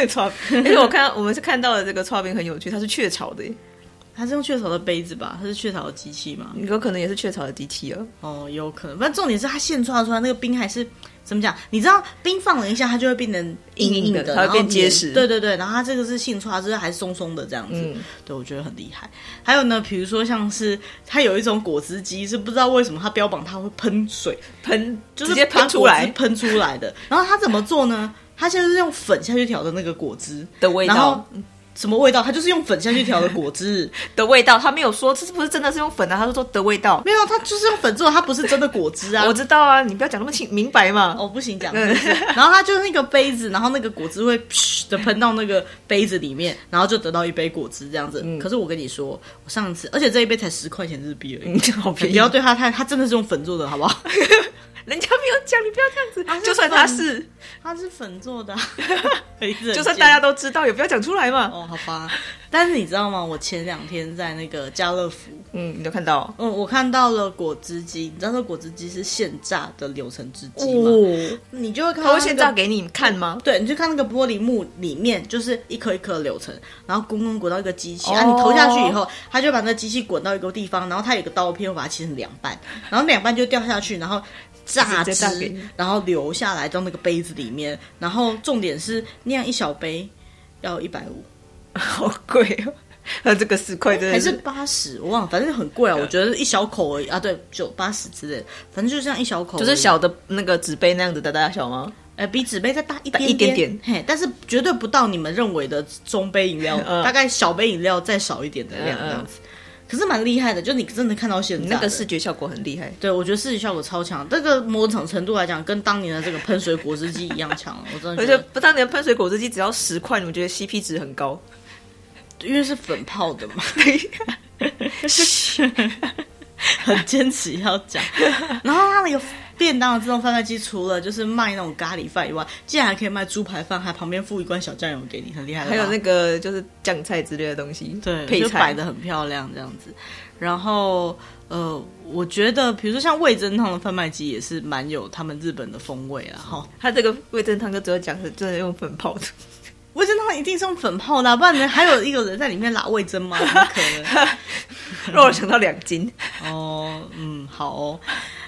[SPEAKER 2] 炒， 而且我看到我们是看到了这个炒冰很有趣，它是雀巢的耶，
[SPEAKER 1] 它是用雀巢的杯子吧？它是雀巢的机器吗？
[SPEAKER 2] 有可能也是雀巢的机器哦。
[SPEAKER 1] 哦，有可能。反正重点是它现抓出来那个冰还是怎么讲？你知道冰放了一下，它就会变成硬
[SPEAKER 2] 硬硬的
[SPEAKER 1] 的，
[SPEAKER 2] 它会
[SPEAKER 1] 然后
[SPEAKER 2] 变结
[SPEAKER 1] 黏
[SPEAKER 2] 实
[SPEAKER 1] 对对对，然后它这个是现抓，就是还是松松的这样子。
[SPEAKER 2] 嗯
[SPEAKER 1] 对，我觉得很厉害。还有呢，比如说像是它有一种果汁机，是不知道为什么它标榜它会喷水，
[SPEAKER 2] 喷
[SPEAKER 1] 就
[SPEAKER 2] 就是直接
[SPEAKER 1] 把
[SPEAKER 2] 喷出
[SPEAKER 1] 果汁
[SPEAKER 2] 来
[SPEAKER 1] 喷出来的。然后它怎么做呢？它现在是用粉下去调的那个果汁，
[SPEAKER 2] 的 味
[SPEAKER 1] 然后嗯
[SPEAKER 2] 道
[SPEAKER 1] 什么味道？它就是用粉下去调的果汁，
[SPEAKER 2] 的味道，他没有说这是不是真的是用粉啊，他是说的味道。
[SPEAKER 1] 没有，它就是用粉做的，它不是真的果汁啊
[SPEAKER 2] 我。知道啊，你不要讲那么清明白嘛。
[SPEAKER 1] 哦，不行，讲
[SPEAKER 2] 嗯
[SPEAKER 1] 的就是， 然后它就是那个杯子，然后那个果汁会噗的喷到那个杯子里面，然后就得到一杯果汁这样子。
[SPEAKER 2] 嗯
[SPEAKER 1] 可是我跟你说，我上一次，而且这一杯才十块钱日币而已，
[SPEAKER 2] 好
[SPEAKER 1] 你不要对它太，它真的是用粉做的，好不好？
[SPEAKER 2] 人家没有讲，你不要这样子。
[SPEAKER 1] 啊是
[SPEAKER 2] 就算他是，
[SPEAKER 1] 它是粉做的啊、 很
[SPEAKER 2] 就算大家都知道，也不要讲出来嘛。
[SPEAKER 1] 哦，好吧。但是你知道吗？我前两天在那个家乐福，
[SPEAKER 2] 嗯，你都看到
[SPEAKER 1] 嗯，我看到了果汁机，你知道那果汁机是现榨的柳橙汁机吗？
[SPEAKER 2] 哦，
[SPEAKER 1] 你就会看
[SPEAKER 2] 他
[SPEAKER 1] 到
[SPEAKER 2] 会
[SPEAKER 1] 啊那
[SPEAKER 2] 现
[SPEAKER 1] 个
[SPEAKER 2] 榨给你 看吗？
[SPEAKER 1] 对，你就看那个玻璃幕里面，就是一颗一颗的柳橙，然后滚滚滚到一个机器、
[SPEAKER 2] 哦
[SPEAKER 1] 啊，你投下去以后，它就把那个机器滚到一个地方，然后它有一个刀片会把它切成两半，然后两半就掉下去，然后榨
[SPEAKER 2] 直接榨给
[SPEAKER 1] 汁
[SPEAKER 2] 你，
[SPEAKER 1] 然后流下来到那个杯子里面，然后重点是那样一小杯要一百五
[SPEAKER 2] 好贵哦，那这个十块真
[SPEAKER 1] 还
[SPEAKER 2] 的
[SPEAKER 1] 是八十，我忘了，反正很贵啊，我觉得一小口而已啊，对，九八十之类的，反正就这样一小口而已，
[SPEAKER 2] 就是小的那个纸杯那样子的大小吗？
[SPEAKER 1] 呃，比纸杯再大一点
[SPEAKER 2] 一点点
[SPEAKER 1] 嘿，但是绝对不到你们认为的中杯饮料，
[SPEAKER 2] 嗯
[SPEAKER 1] 大概小杯饮料再少一点的量
[SPEAKER 2] 嗯嗯
[SPEAKER 1] 这样子。可是蛮厉害的，就你真的看到现在
[SPEAKER 2] 那个视觉效果很厉害。
[SPEAKER 1] 对我觉得视觉效果超强，这个某种程度来讲，跟当年的这个喷水果汁机一样强，我真的
[SPEAKER 2] 而
[SPEAKER 1] 觉
[SPEAKER 2] 且
[SPEAKER 1] 得，
[SPEAKER 2] 不当年喷水果汁机只要十块，你们觉得 CP 值很高？
[SPEAKER 1] 因为是粉泡的 嘛。 很坚持要讲。然后他那个便当的自动贩卖机，除了就是卖那种咖喱饭以外，竟然还可以卖猪排饭，还旁边附一罐小酱油给你，很厉害的吧。
[SPEAKER 2] 还有那个就是酱菜之类的东西，
[SPEAKER 1] 对，
[SPEAKER 2] 配
[SPEAKER 1] 就摆
[SPEAKER 2] 菜
[SPEAKER 1] 的很漂亮这样子。然后呃，我觉得比如说像味噌汤的贩卖机也是蛮有他们日本的风味啦。哈。
[SPEAKER 2] 它这个味噌汤就只有讲是真的用粉泡的，
[SPEAKER 1] 味噌汤一定是用粉泡的啊、不然呢还有一个人在里面拉味噌吗？怎么可能？
[SPEAKER 2] 让我想到两斤。
[SPEAKER 1] 哦，嗯，好哦。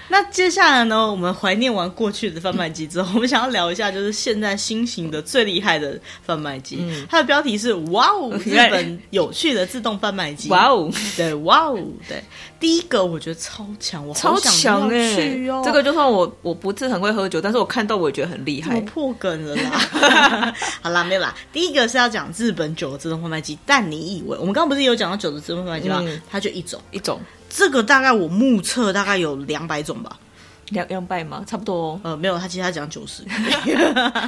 [SPEAKER 1] 那接下来呢，我们怀念完过去的贩卖机之后，我们想要聊一下，就是现在新型的最厉害的贩卖机。
[SPEAKER 2] 嗯
[SPEAKER 1] 它的标题是“哇 哦，日本有趣的自动贩卖机”。
[SPEAKER 2] 哇哦，
[SPEAKER 1] 对，哇哦，对，第一个我觉得超强，我好
[SPEAKER 2] 超
[SPEAKER 1] 想
[SPEAKER 2] 强
[SPEAKER 1] 要
[SPEAKER 2] 哎、
[SPEAKER 1] 去哦，
[SPEAKER 2] 这个就算我我不是很会喝酒，但是我看到我也觉得很厉
[SPEAKER 1] 怎么
[SPEAKER 2] 害。
[SPEAKER 1] 破梗了 啦？好啦，没有啦，第一个是要讲日本酒的自动贩卖机，但你以为我们刚刚不是有讲到酒的自动贩卖机吗？
[SPEAKER 2] 嗯
[SPEAKER 1] 它就一种，
[SPEAKER 2] 一种
[SPEAKER 1] 这个大概我目测大概有两百种吧，。
[SPEAKER 2] 两两百嘛，差不多 哦
[SPEAKER 1] 呃，没有，它其实它讲九十。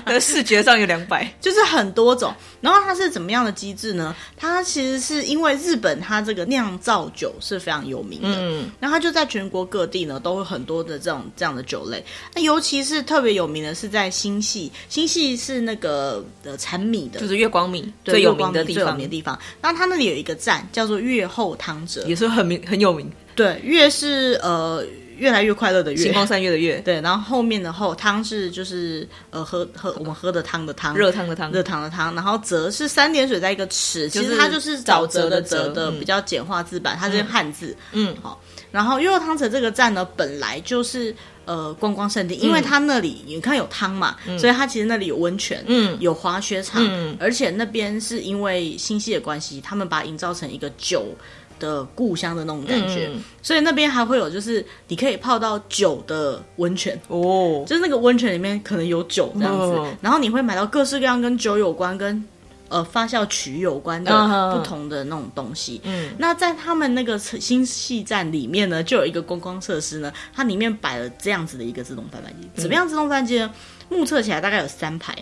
[SPEAKER 2] 那视觉上有两百，
[SPEAKER 1] 就是很多种。然后它是怎么样的机制呢？它其实是因为日本它这个酿造酒是非常有名的，
[SPEAKER 2] 嗯，
[SPEAKER 1] 然后它就在全国各地呢都会很多的这种这样的酒类。那尤其是特别有名的是在新系，新系是那个呃产米的。
[SPEAKER 2] 就是月光米
[SPEAKER 1] 对
[SPEAKER 2] 最有
[SPEAKER 1] 月光
[SPEAKER 2] 名的
[SPEAKER 1] 米
[SPEAKER 2] 地
[SPEAKER 1] 最有
[SPEAKER 2] 方
[SPEAKER 1] 名的，地方，那它那里有一个站叫做越后汤泽，
[SPEAKER 2] 也是很名很有名。
[SPEAKER 1] 对，越是呃越来越快乐的越
[SPEAKER 2] 星，光三月的月，
[SPEAKER 1] 对，然后后面的后汤是就是呃喝喝我们喝的汤的汤，
[SPEAKER 2] 热汤的汤，
[SPEAKER 1] 热汤的汤，然后泽是三点水在一个池，其
[SPEAKER 2] 是
[SPEAKER 1] 实它就是沼泽的
[SPEAKER 2] 沼
[SPEAKER 1] 泽
[SPEAKER 2] 泽的
[SPEAKER 1] 的
[SPEAKER 2] 泽
[SPEAKER 1] 比较简化字版，它是汉字。
[SPEAKER 2] 嗯，
[SPEAKER 1] 好，然后悠悠汤泽这个站呢，本来就是呃观光胜地，因
[SPEAKER 2] 嗯
[SPEAKER 1] 为它那里你看有汤嘛，所以它其实那里有温泉，
[SPEAKER 2] 嗯
[SPEAKER 1] 有滑雪场，
[SPEAKER 2] 嗯
[SPEAKER 1] 而且那边是因为新系的关系，他们把它营造成一个酒。的故乡的那种感觉，
[SPEAKER 2] 嗯
[SPEAKER 1] 所以那边还会有，就是你可以泡到酒的温泉，
[SPEAKER 2] 哦，
[SPEAKER 1] 就是那个温泉里面可能有酒这样子，
[SPEAKER 2] 嗯
[SPEAKER 1] 然后你会买到各式各样跟酒有关、跟呃发酵曲有关的
[SPEAKER 2] 嗯
[SPEAKER 1] 不同的那种东西。
[SPEAKER 2] 嗯，
[SPEAKER 1] 那在他们那个新系站里面呢，就有一个观光设施呢，它
[SPEAKER 2] 嗯
[SPEAKER 1] 里面摆了这样子的一个自动贩卖机。怎么样自动贩卖机呢？目测起来大概有三排，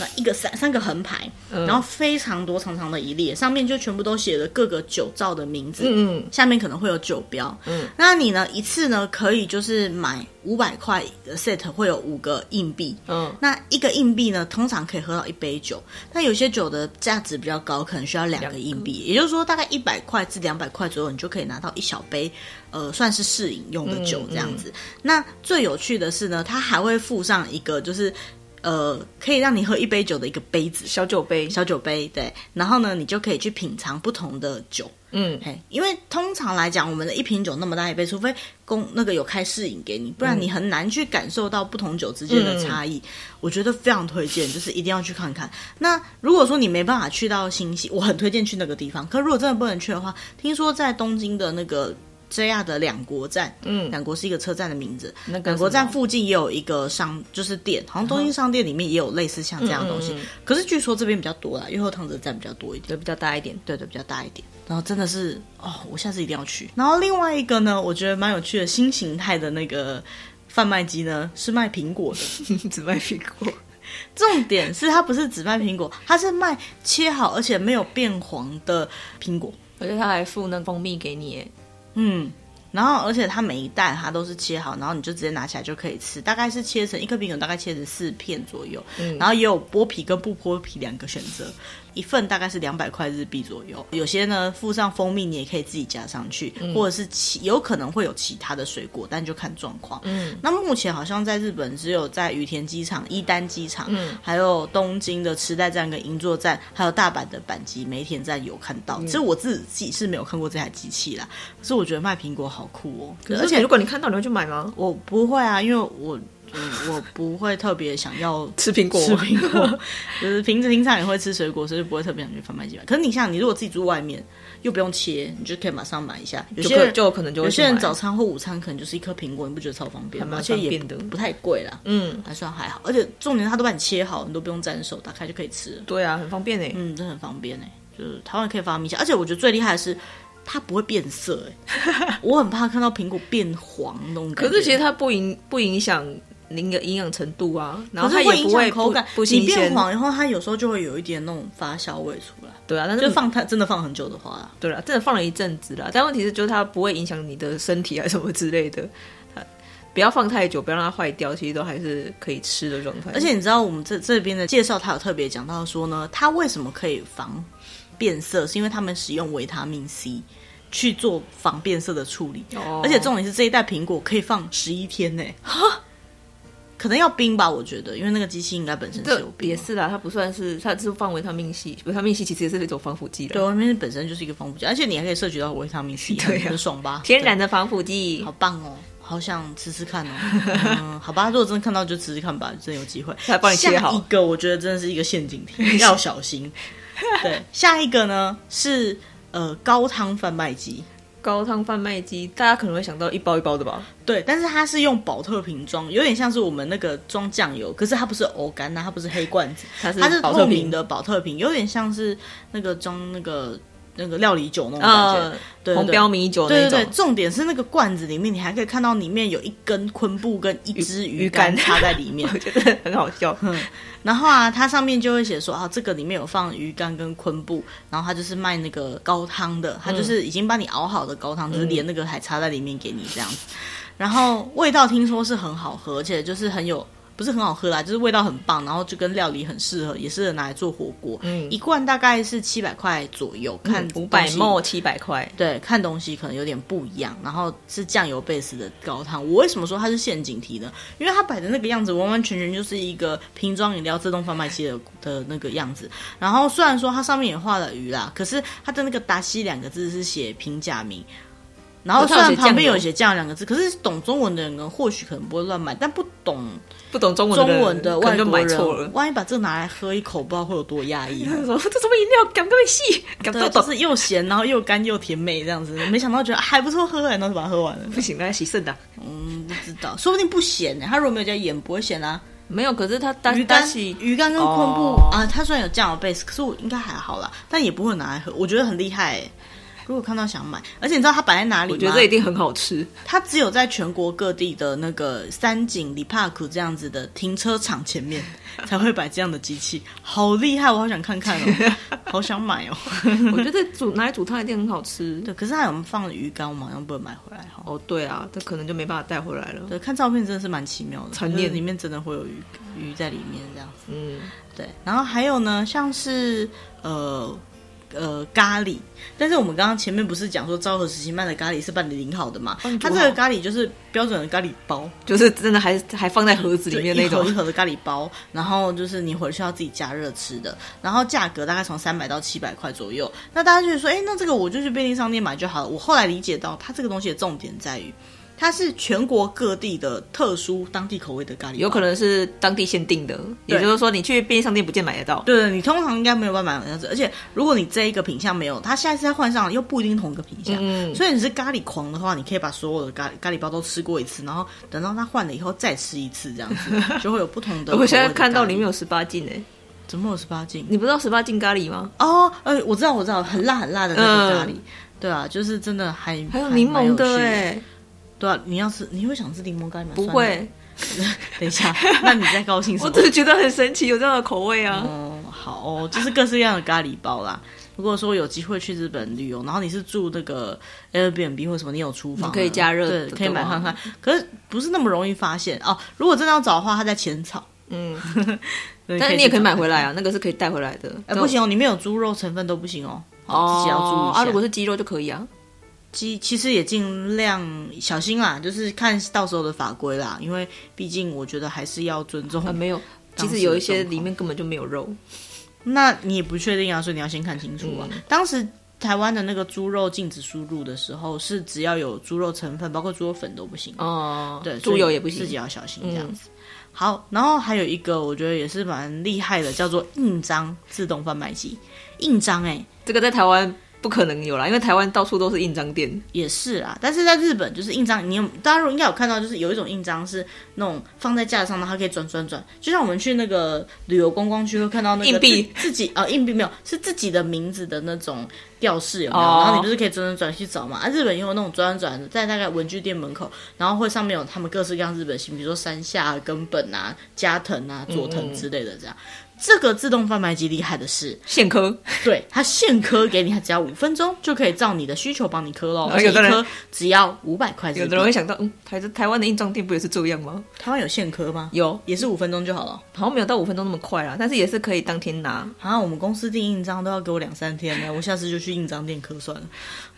[SPEAKER 1] 那一个三三个横排，
[SPEAKER 2] 嗯
[SPEAKER 1] 然后非常多长长的一列，上面就全部都写了各个酒造的名字，
[SPEAKER 2] 嗯
[SPEAKER 1] 下面可能会有酒标，嗯，那你呢一次呢可以就是买五百块的 set 会有五个硬币，
[SPEAKER 2] 嗯
[SPEAKER 1] 那一个硬币呢，通常可以喝到一杯酒，但有些酒的价值比较高，可能需要两个硬币，也就是说大概一百块至两百块左右，你就可以拿到一小杯，呃，算是试饮用的酒这样子。那最有趣的是呢，它还会附上一个就是。呃，可以让你喝一杯酒的一个杯子，
[SPEAKER 2] 小酒杯，
[SPEAKER 1] 小酒杯，对。然后呢，你就可以去品尝不同的酒，
[SPEAKER 2] 嗯
[SPEAKER 1] 嘿，因为通常来讲，我们的一瓶酒那么大一杯，除非公那个有开试饮给你，不然你很难去感受到不同酒之间
[SPEAKER 2] 嗯
[SPEAKER 1] 的差异。我觉得非常推荐，就是一定要去看看。那如果说你没办法去到新西，我很推荐去那个地方。可如果真的不能去的话，听说在东京的那个 JR 的两国站，
[SPEAKER 2] 嗯，
[SPEAKER 1] 两国是一个车站的名字，
[SPEAKER 2] 那个
[SPEAKER 1] 两国站
[SPEAKER 2] 什么
[SPEAKER 1] 附近也有一个商，就是店，好像东京商店里面也有类似像这样的东西。
[SPEAKER 2] 嗯嗯嗯
[SPEAKER 1] 可是据说这边比较多啦，越后汤泽站比较多一点。
[SPEAKER 2] 就比较大一点，
[SPEAKER 1] 对对，比较大 一点。然后真的是哦，我下次一定要去。然后另外一个呢，我觉得蛮有趣的新形态的那个贩卖机呢，是卖苹果的。
[SPEAKER 2] 只卖苹果，
[SPEAKER 1] 重点是它不是只卖苹果，它是卖切好而且没有变黄的苹果。
[SPEAKER 2] 而且他还附那蜂蜜给你耶，
[SPEAKER 1] 嗯，然后而且它每一袋它都是切好，然后你就直接拿起来就可以吃，大概是切成一颗苹果大概切成四片左右，然后也有剥皮跟不剥皮两个选择，一份大概是两百块日币左右，有些呢附上蜂蜜你也可以自己加上去，或者是其有可能会有其他的水果，但就看状况。
[SPEAKER 2] 嗯
[SPEAKER 1] 那目前好像在日本只有在羽田机场、伊丹机场，
[SPEAKER 2] 嗯
[SPEAKER 1] 还有东京的池袋站跟银座站，还有大阪的阪急梅田站有看到。
[SPEAKER 2] 嗯
[SPEAKER 1] 其实我自己是没有看过这台机器啦，可是我觉得卖苹果好酷哦。而
[SPEAKER 2] 而且
[SPEAKER 1] 且
[SPEAKER 2] 如果你看到，你会去买吗？
[SPEAKER 1] 我不会啊，因为我我我不会特别想要
[SPEAKER 2] 吃苹果，
[SPEAKER 1] 吃苹果，就是平时平常也会吃水果，所以不会特别想去贩卖机买。可是你像你如果自己住外面，又不用切，你就可以马上买一下。有
[SPEAKER 2] 就
[SPEAKER 1] 些
[SPEAKER 2] 可
[SPEAKER 1] 人
[SPEAKER 2] 就有可能就会
[SPEAKER 1] 有
[SPEAKER 2] 去
[SPEAKER 1] 些人
[SPEAKER 2] 买
[SPEAKER 1] 早餐或午餐可能就是一颗苹果，你不觉得超方便
[SPEAKER 2] 还
[SPEAKER 1] 吗？
[SPEAKER 2] 蛮
[SPEAKER 1] 而且
[SPEAKER 2] 方
[SPEAKER 1] 也
[SPEAKER 2] 便的
[SPEAKER 1] 不不太贵啦，
[SPEAKER 2] 嗯，
[SPEAKER 1] 还算还好。而且重点它都把你切好，你都不用沾手，打开就可以吃了。
[SPEAKER 2] 对啊，很方便哎，
[SPEAKER 1] 嗯，这很方便哎，就是台湾可以发明一下。而且我觉得最厉害的是。它不会变色 哎，我很怕看到苹果变黄那种感
[SPEAKER 2] 可
[SPEAKER 1] 觉。
[SPEAKER 2] 是其实它不影不影响您的营养程度啊，然后
[SPEAKER 1] 可
[SPEAKER 2] 它
[SPEAKER 1] 是会
[SPEAKER 2] 也
[SPEAKER 1] 影
[SPEAKER 2] 不
[SPEAKER 1] 响
[SPEAKER 2] 会
[SPEAKER 1] 口
[SPEAKER 2] 不
[SPEAKER 1] 感。
[SPEAKER 2] 不
[SPEAKER 1] 你
[SPEAKER 2] 新
[SPEAKER 1] 变
[SPEAKER 2] 鲜，
[SPEAKER 1] 黄以后，它有时候就会有一点那种发酵味出来。
[SPEAKER 2] 对啊，但
[SPEAKER 1] 就是放太真的放很久的话啦，
[SPEAKER 2] 对了，啊真的放了一阵子啦，但问题是，就是它不会影响你的身体啊什么之类的， 它不要放太久，不要让它坏掉，其实都还是可以吃的状态。
[SPEAKER 1] 而且你知道我们这这边的介绍，它有特别讲到说呢，它为什么可以防变色，是因为他们使用维他命 C 去做防变色的处理，
[SPEAKER 2] 哦，
[SPEAKER 1] 而且重点是这一袋苹果可以放十一天呢、 哈，可能要冰吧，我觉得，因为那个机器应该本身是
[SPEAKER 2] 这
[SPEAKER 1] 有冰
[SPEAKER 2] 也
[SPEAKER 1] 嘛。
[SPEAKER 2] 是啦，它不算是，它是放维他命 C，维他命 C 其实也是一种防腐剂
[SPEAKER 1] 对，
[SPEAKER 2] 了，
[SPEAKER 1] 外面本身就是一个防腐剂，而且你还可以摄取到维他命 C，
[SPEAKER 2] 对啊
[SPEAKER 1] 很爽吧？
[SPEAKER 2] 天然的防腐剂
[SPEAKER 1] 好。棒哦，好想吃吃看哦。嗯，好吧，如果真的看到就吃吃看吧，真的有机会。
[SPEAKER 2] 他帮你切好
[SPEAKER 1] 下一个我觉得真的是一个陷阱 题，要小心。对，下一个呢是呃高汤贩卖机，
[SPEAKER 2] 高汤贩卖机，大家可能会想到一包一包的吧？
[SPEAKER 1] 对，但是它是用保特瓶装，有点像是我们那个装酱油，可是它不是欧甘呐，它不是黑罐子，
[SPEAKER 2] 它是
[SPEAKER 1] 它是
[SPEAKER 2] 保特
[SPEAKER 1] 透
[SPEAKER 2] 瓶
[SPEAKER 1] 明，的保特瓶，有点像是那个装那个那个料理酒那种感觉。
[SPEAKER 2] 呃，
[SPEAKER 1] 对对
[SPEAKER 2] 红
[SPEAKER 1] 对
[SPEAKER 2] 标米酒
[SPEAKER 1] 对对
[SPEAKER 2] 那种
[SPEAKER 1] 对，，重点是那个罐子里面，你还可以看到里面有一根昆布跟一只
[SPEAKER 2] 鱼
[SPEAKER 1] 鱼竿
[SPEAKER 2] 竿
[SPEAKER 1] 插在里 面。
[SPEAKER 2] 我觉得很好笑。
[SPEAKER 1] 然后啊，它上面就会写说啊，这个里面有放鱼竿跟昆布，然后它就是卖那个高汤的，它就是已经帮你熬好的高汤，就是连那个还插在里面给你这样 子。然后味道听说是很好喝，而且就是很有。不是很好喝啦，就是味道很棒，然后就跟料理很适合，也适合拿来做火锅。
[SPEAKER 2] 嗯
[SPEAKER 1] 一罐大概是七百块左右， 看
[SPEAKER 2] 五百
[SPEAKER 1] 东西
[SPEAKER 2] 沫七百块，
[SPEAKER 1] 对，看东西可能有点不一样，然后是酱油贝斯的高汤。我为什么说它是陷阱题呢？因为它摆的那个样子，完完全全就是一个瓶装饮料自动贩卖机的的那个样子。然后虽然说它上面也画了鱼啦，可是它的那个“达西”两个字是写平假名。然后虽然旁边有写“酱”两个字，可是懂中文的人或许可能不会乱买，但不懂
[SPEAKER 2] 不懂中文
[SPEAKER 1] 中
[SPEAKER 2] 人
[SPEAKER 1] 文的
[SPEAKER 2] 可
[SPEAKER 1] 外
[SPEAKER 2] 能就
[SPEAKER 1] 国
[SPEAKER 2] 买
[SPEAKER 1] 人
[SPEAKER 2] 错了，。
[SPEAKER 1] 万一把这个拿来喝一口，不知道会有多压抑、啊。
[SPEAKER 2] 他说这什么饮料，敢不敢细，敢 不
[SPEAKER 1] 对，
[SPEAKER 2] 敢
[SPEAKER 1] 就
[SPEAKER 2] 懂？
[SPEAKER 1] 是又咸，然后又干又甜美这样子，没想到觉得还不错喝、欸，然后就把它喝完了。
[SPEAKER 2] 不行，那洗肾的
[SPEAKER 1] 嗯，不知道，说不定不咸呢、它如果没有加盐，不会咸啦、
[SPEAKER 2] 没有，可是他单
[SPEAKER 1] 鱼
[SPEAKER 2] 单
[SPEAKER 1] 干、
[SPEAKER 2] 洗
[SPEAKER 1] 鱼干跟昆布、
[SPEAKER 2] 哦
[SPEAKER 1] 啊，它虽然有酱油 base，可是我应该还好啦，但也不会拿来喝。我觉得很厉害、欸，如果看到想买，而且你知道它摆在哪里
[SPEAKER 2] 我
[SPEAKER 1] 吗？
[SPEAKER 2] 觉得这一定很好吃。
[SPEAKER 1] 它只有在全国各地的那个三井里帕库这样子的停车场前面 才会摆这样的机器，好厉害！我好想看看 哦，好想买哦。
[SPEAKER 2] 我觉得煮拿来煮汤一定很 好吃。
[SPEAKER 1] 对，可是它有放鱼竿，我们好像不能买回来哈、哦。
[SPEAKER 2] 哦，对啊，这可能就没办法带回来了。
[SPEAKER 1] 对，看照片真的是蛮奇妙的，
[SPEAKER 2] 残
[SPEAKER 1] 就是
[SPEAKER 2] 念
[SPEAKER 1] 里面真的会有鱼鱼在里面这样子。
[SPEAKER 2] 嗯，
[SPEAKER 1] 对，然后还有呢，像是呃呃咖喱，但是我们刚刚前面不是讲说昭和时期卖的咖喱是把你淋好的嘛？
[SPEAKER 2] 哦帮你
[SPEAKER 1] 它
[SPEAKER 2] 煮
[SPEAKER 1] 这个
[SPEAKER 2] 好
[SPEAKER 1] 咖喱就是标准的咖喱包，
[SPEAKER 2] 就是真的还还放在盒子
[SPEAKER 1] 就
[SPEAKER 2] 里面那
[SPEAKER 1] 一盒一
[SPEAKER 2] 种。
[SPEAKER 1] 盒的咖喱包， 然后就是你回去要自己加热吃的，然后价格大概从三百到七百块左右。那大家就说，哎，那这个我就去便利商店买就好了。我后来理解到，它这个东西的重点在于。它是全国各地的特殊当地口味的咖喱包，
[SPEAKER 2] 有可能是当地限定的，也
[SPEAKER 1] 对
[SPEAKER 2] 就是说你去便利商店不见买得到。
[SPEAKER 1] 对对，你通常应该没有办法买到这，而且如果你这一个品相没有，它下一次再换上来又不一定同一个品相。
[SPEAKER 2] 嗯
[SPEAKER 1] 所以你是咖喱狂的话，你可以把所有的咖咖喱包都吃过一次，然后等到它换了以后再吃一次，这样 子就会有不同的口味的咖喱。
[SPEAKER 2] 我现在看到里面有十八禁哎，
[SPEAKER 1] 怎么有十八禁？
[SPEAKER 2] 你不知道十八禁咖喱吗？
[SPEAKER 1] 哦，呃，我知道，我知道，很辣很辣的那个咖喱，
[SPEAKER 2] 嗯
[SPEAKER 1] 对啊，就是真的还
[SPEAKER 2] 还有柠檬的
[SPEAKER 1] 哎、
[SPEAKER 2] 哎，
[SPEAKER 1] 对啊，你要吃你会想吃柠檬咖喱吗？
[SPEAKER 2] 不
[SPEAKER 1] 算了，
[SPEAKER 2] 会，
[SPEAKER 1] 等一下，那你在高兴什
[SPEAKER 2] 我
[SPEAKER 1] 么
[SPEAKER 2] 只？是觉得很神奇，有这样的口味啊。
[SPEAKER 1] 哦，好哦，就是各式各样的咖喱包啦。如果说有机会去日本旅游，然后你是住那个 Airbnb 或什么，你有厨房
[SPEAKER 2] 你
[SPEAKER 1] 的，
[SPEAKER 2] 可以加热
[SPEAKER 1] 对，
[SPEAKER 2] 的
[SPEAKER 1] 可以买
[SPEAKER 2] 对吧
[SPEAKER 1] 看看。可是不是那么容易发现哦。如果真的要找的话，它在浅草，
[SPEAKER 2] 嗯，
[SPEAKER 1] 对
[SPEAKER 2] 但是你也可以呃买回
[SPEAKER 1] 来。
[SPEAKER 2] 来啊，那个是可以带回来的。
[SPEAKER 1] 哎，不行哦，里面有猪肉成分都不行哦，
[SPEAKER 2] 哦，
[SPEAKER 1] 自己要注意一下。
[SPEAKER 2] 啊，如果是鸡肉就可以啊。
[SPEAKER 1] 鸡其实也尽量小心啦，就是看到时候的法规啦，因为毕竟我觉得还是要尊重。
[SPEAKER 2] 啊，没有，
[SPEAKER 1] 当
[SPEAKER 2] 其
[SPEAKER 1] 时
[SPEAKER 2] 实有一
[SPEAKER 1] 的
[SPEAKER 2] 些
[SPEAKER 1] 状况
[SPEAKER 2] 里面根本就没有肉。
[SPEAKER 1] 那你也不确定啊，所以你要先看清楚啊。
[SPEAKER 2] 嗯
[SPEAKER 1] 当时台湾的那个猪肉禁止输入的时候，是只要有猪肉成分，包括猪肉粉都不行。
[SPEAKER 2] 哦，
[SPEAKER 1] 对，
[SPEAKER 2] 猪油也不行，嗯
[SPEAKER 1] 所以自己要小心这样子。好，然后还有一个我觉得也是蛮厉害的，叫做印章自动贩卖机。印章哎、
[SPEAKER 2] 这个在台湾不可能有啦，因为台湾到处都是印章店。
[SPEAKER 1] 也是啦，但是在日本就是印章，你有大家如果应该有看到，就是有一种印章是那种放在架上，然后它可以转转转，就像我们去那个旅游观光区会看到那个
[SPEAKER 2] 硬币
[SPEAKER 1] 自自己啊、硬币没有，是自己的名字的那种吊饰有没有？
[SPEAKER 2] 哦
[SPEAKER 1] 然后你不是可以转转转去找嘛？啊，日本也有那种转转转在大概文具店门口，然后会上面有他们各式各样日本姓，比如说山下啊、根本啊、加藤啊、佐藤之类的这样。这个自动贩卖机厉害的是，
[SPEAKER 2] 现科，
[SPEAKER 1] 对，它现刻给你，它只要五分钟就可以照你的需求帮你刻喽，
[SPEAKER 2] 然后
[SPEAKER 1] 而且
[SPEAKER 2] 有
[SPEAKER 1] 一
[SPEAKER 2] 的人
[SPEAKER 1] 颗只要五百块日
[SPEAKER 2] 有
[SPEAKER 1] 币
[SPEAKER 2] 的人。会想到，嗯，台台湾的印章店不也是这样吗？
[SPEAKER 1] 台湾有现刻吗？
[SPEAKER 2] 有，
[SPEAKER 1] 也是五分钟就好了。
[SPEAKER 2] 好像没有到五分钟那么快啊啦，但是也是可以当天拿。
[SPEAKER 1] 啊，我们公司订印章都要给我两三天呢，我下次就去印章店刻算了。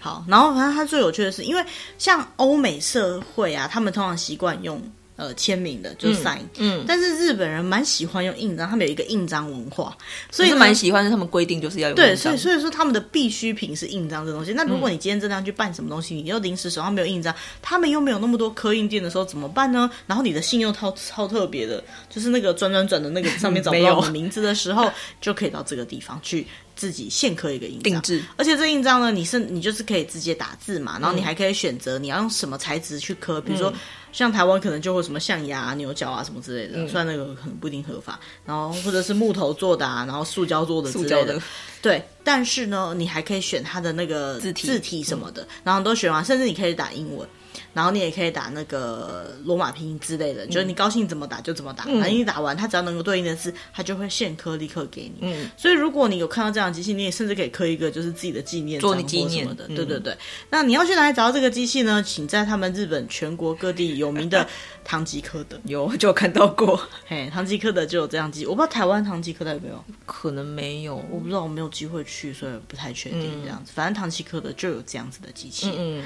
[SPEAKER 1] 好，然后反正它最有趣的是，因为像欧美社会啊，他们通常习惯用呃签名的，就是 sign，、
[SPEAKER 2] 嗯，
[SPEAKER 1] 但是日本人蛮喜欢用印章，他们有一个印章文化，所
[SPEAKER 2] 所
[SPEAKER 1] 以
[SPEAKER 2] 以
[SPEAKER 1] 呢
[SPEAKER 2] 蛮喜欢他们规定就是要用
[SPEAKER 1] 对，
[SPEAKER 2] 印
[SPEAKER 1] 所以
[SPEAKER 2] 章
[SPEAKER 1] 所以说他们的必需品是印章这东西。
[SPEAKER 2] 嗯
[SPEAKER 1] 那如果你今天真的要去办什么东西，你又临时手上没有印章，他们又没有那么多刻印店的时候怎么办呢？然后你的信又超超特别的，就是那个转转转的那个上面找不
[SPEAKER 2] 没
[SPEAKER 1] 到
[SPEAKER 2] 有
[SPEAKER 1] 你名字的时候，就可以到这个地方去自己现刻一个印
[SPEAKER 2] 定
[SPEAKER 1] 章。
[SPEAKER 2] 制。
[SPEAKER 1] 而且这印章呢，你是你就是可以直接打字嘛，然后你还可以选择你要用什么材质去
[SPEAKER 2] 嗯
[SPEAKER 1] 刻，比如说像台湾可能就会有什么象牙、啊、牛角啊什么之类
[SPEAKER 2] 嗯
[SPEAKER 1] 的，虽然那个可能不一定合法，然后或者是木头做的啊，然后塑胶做的之
[SPEAKER 2] 塑
[SPEAKER 1] 类
[SPEAKER 2] 胶
[SPEAKER 1] 的
[SPEAKER 2] 的，，
[SPEAKER 1] 对，但是呢，你还可以选它的那个字
[SPEAKER 2] 体嗯
[SPEAKER 1] 字体什么的，然后你都选完，甚至你可以打英文，然后你也可以打那个罗马拼音之类
[SPEAKER 2] 嗯
[SPEAKER 1] 的，就是你高兴怎么打就怎么打，反正你打完，它只要能够对应的字，它就会现刻立刻给你。
[SPEAKER 2] 嗯，
[SPEAKER 1] 所以如果你有看到这样的机器，你也甚至可以刻一个就是自己的纪念
[SPEAKER 2] 做
[SPEAKER 1] 章
[SPEAKER 2] 你纪
[SPEAKER 1] 或什么
[SPEAKER 2] 念
[SPEAKER 1] 的，
[SPEAKER 2] 嗯
[SPEAKER 1] 对对对。那你要去哪里找到这个机器呢？请在他们日本全国各地有名的唐吉诃德，
[SPEAKER 2] 有就有看到过，
[SPEAKER 1] 嘿，唐吉诃德就有这样机，我不知道台湾唐吉诃德有没有。
[SPEAKER 2] 可能没有。
[SPEAKER 1] 我不知道，我没有机会去，所以不太确定
[SPEAKER 2] 嗯
[SPEAKER 1] 这样子。反正唐吉诃德就有这样子的机器，
[SPEAKER 2] 嗯，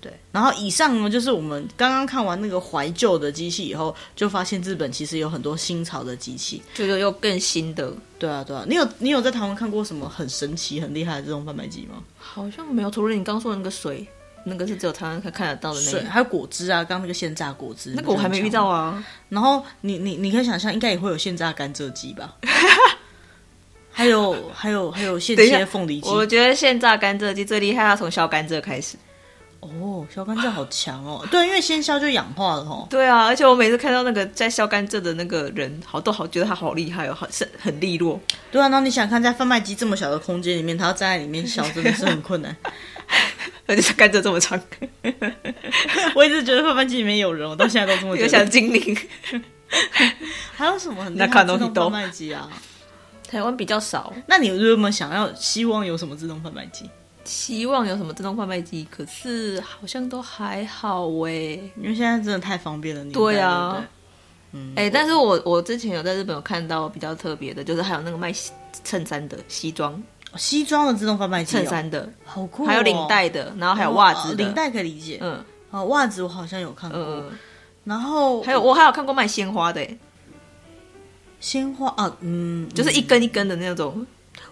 [SPEAKER 1] 对。然后以上呢，就是我们刚刚看完那个怀旧的机器以后，就发现日本其实有很多新潮的机器。
[SPEAKER 2] 就是又更新的，
[SPEAKER 1] 对啊，对啊。你有你有在台湾看过什么很神奇、很厉害的这种贩卖机吗？
[SPEAKER 2] 好像没有。除了你刚说的那个水，那个是只有台湾才看得到的那
[SPEAKER 1] 水
[SPEAKER 2] 个，
[SPEAKER 1] 还有果汁啊，刚刚那个现榨果汁，
[SPEAKER 2] 那个我还没遇到
[SPEAKER 1] 啊。
[SPEAKER 2] 啊。
[SPEAKER 1] 然后你你你可以想象，应该也会有现榨甘蔗机 吧？还有还有还有现
[SPEAKER 2] 等一下
[SPEAKER 1] 切凤梨机，
[SPEAKER 2] 我觉得现榨甘蔗机最厉害，要从削甘蔗开始。
[SPEAKER 1] 哦，消干症好强哦，对，因为先消就氧化了哦。
[SPEAKER 2] 对啊，而且我每次看到那个在削甘蔗的那个人，好都好觉得他好厉害哦，好是很利落。
[SPEAKER 1] 对啊，然后你想看，在贩卖机这么小的空间里面，他要站在里面消，真的是很困难。
[SPEAKER 2] 而且甘蔗这么长，
[SPEAKER 1] 我一直觉得贩卖机里面有人，我到现在都这么
[SPEAKER 2] 有
[SPEAKER 1] 觉
[SPEAKER 2] 像
[SPEAKER 1] 得。
[SPEAKER 2] 精灵。
[SPEAKER 1] 还有什么很厉
[SPEAKER 2] 那
[SPEAKER 1] 害
[SPEAKER 2] 看
[SPEAKER 1] 的
[SPEAKER 2] 东
[SPEAKER 1] 自
[SPEAKER 2] 西
[SPEAKER 1] 动
[SPEAKER 2] 都
[SPEAKER 1] 贩卖机啊？
[SPEAKER 2] 台湾比较少，
[SPEAKER 1] 那你有没有想要希望有什么自动贩卖机？
[SPEAKER 2] 希望有什么自动贩卖机，可是好像都还好欸诶。
[SPEAKER 1] 因为现在真的太方便了，你
[SPEAKER 2] 对啊
[SPEAKER 1] 对不对嗯
[SPEAKER 2] 哎、但是我我之前有在日本有看到比较特别的，就是还有那个卖西衬衫的西装
[SPEAKER 1] 哦西装的自动贩卖机哦、
[SPEAKER 2] 衬衫的，
[SPEAKER 1] 好酷哦、
[SPEAKER 2] 还有领带的，然后还有袜
[SPEAKER 1] 哦
[SPEAKER 2] 子的，
[SPEAKER 1] 领带可以理解。
[SPEAKER 2] 嗯
[SPEAKER 1] 哦，袜子我好像有看过，
[SPEAKER 2] 嗯，嗯
[SPEAKER 1] 然后
[SPEAKER 2] 还有我还有看过卖鲜花的，哎
[SPEAKER 1] 鲜花啊，嗯，
[SPEAKER 2] 就是一根一根的那种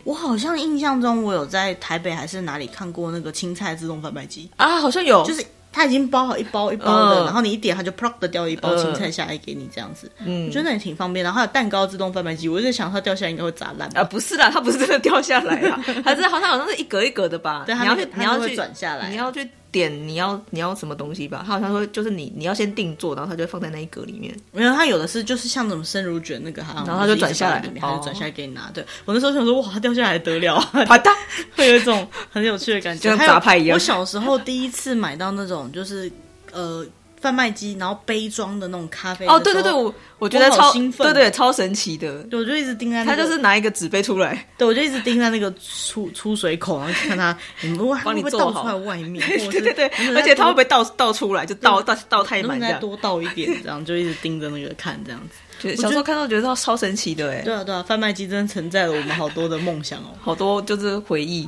[SPEAKER 1] 我好像印象中我有在台北还是哪里看过那个青菜自动贩卖机，
[SPEAKER 2] 啊，好像有，
[SPEAKER 1] 就是它已经包好一包一包的，
[SPEAKER 2] 嗯
[SPEAKER 1] 然后你一点它就 plop 的掉一包
[SPEAKER 2] 嗯
[SPEAKER 1] 青菜下来给你这样子，
[SPEAKER 2] 嗯
[SPEAKER 1] 我觉得也挺方便。然后还有蛋糕自动贩卖机，我就在想它掉下来应该会砸烂吧
[SPEAKER 2] 啊，，不是啦，它不是真的掉下来 啦，它是好像好像是一格一格的吧？
[SPEAKER 1] 对，
[SPEAKER 2] 你
[SPEAKER 1] 它
[SPEAKER 2] 要
[SPEAKER 1] 那个
[SPEAKER 2] 去
[SPEAKER 1] 它
[SPEAKER 2] 你
[SPEAKER 1] 就
[SPEAKER 2] 要
[SPEAKER 1] 会
[SPEAKER 2] 去
[SPEAKER 1] 转下来
[SPEAKER 2] 你。要去点你要你要什么东西吧？它好像说就是你你要先定做，然后它就会放在那一格里面。
[SPEAKER 1] 没有，它有的是就是像那种生乳卷那个，然
[SPEAKER 2] 然后它就转下来
[SPEAKER 1] 里面，它
[SPEAKER 2] 哦
[SPEAKER 1] 就转下来给你拿。对我那时候想说，哇，它掉下来还得了 啊，
[SPEAKER 2] 啪嗒，
[SPEAKER 1] 会有一种很有趣的感觉，
[SPEAKER 2] 就像
[SPEAKER 1] 还有
[SPEAKER 2] 杂牌一样
[SPEAKER 1] 我小时候第一次买到那种就是呃贩卖机，然后杯装的那种咖啡的时候。
[SPEAKER 2] 哦，对对对，我我觉得
[SPEAKER 1] 我好
[SPEAKER 2] 超
[SPEAKER 1] 兴奋
[SPEAKER 2] 对对超神奇的。
[SPEAKER 1] 对，我就一直盯在那
[SPEAKER 2] 他
[SPEAKER 1] 个，
[SPEAKER 2] 就是拿一个纸杯出来，
[SPEAKER 1] 对我就一直盯在那个出出水口，然后就看它，嗯哇，它
[SPEAKER 2] 帮
[SPEAKER 1] 会
[SPEAKER 2] 你
[SPEAKER 1] 不会
[SPEAKER 2] 做
[SPEAKER 1] 倒
[SPEAKER 2] 好
[SPEAKER 1] 出来外 面？或者是
[SPEAKER 2] 对
[SPEAKER 1] 嗯
[SPEAKER 2] 对对
[SPEAKER 1] 能不，能
[SPEAKER 2] 而且
[SPEAKER 1] 再
[SPEAKER 2] 他
[SPEAKER 1] 多
[SPEAKER 2] 会不会倒倒出来，就倒倒倒太
[SPEAKER 1] 能不
[SPEAKER 2] 满
[SPEAKER 1] 能再
[SPEAKER 2] 这样。
[SPEAKER 1] 多倒一点？这样就一直盯着那个看，这样子。
[SPEAKER 2] 就小时候看到觉得超超神奇的哎，
[SPEAKER 1] 对啊，对啊，贩卖机真的承载了我们好多的梦想哦。
[SPEAKER 2] 好多就是回忆。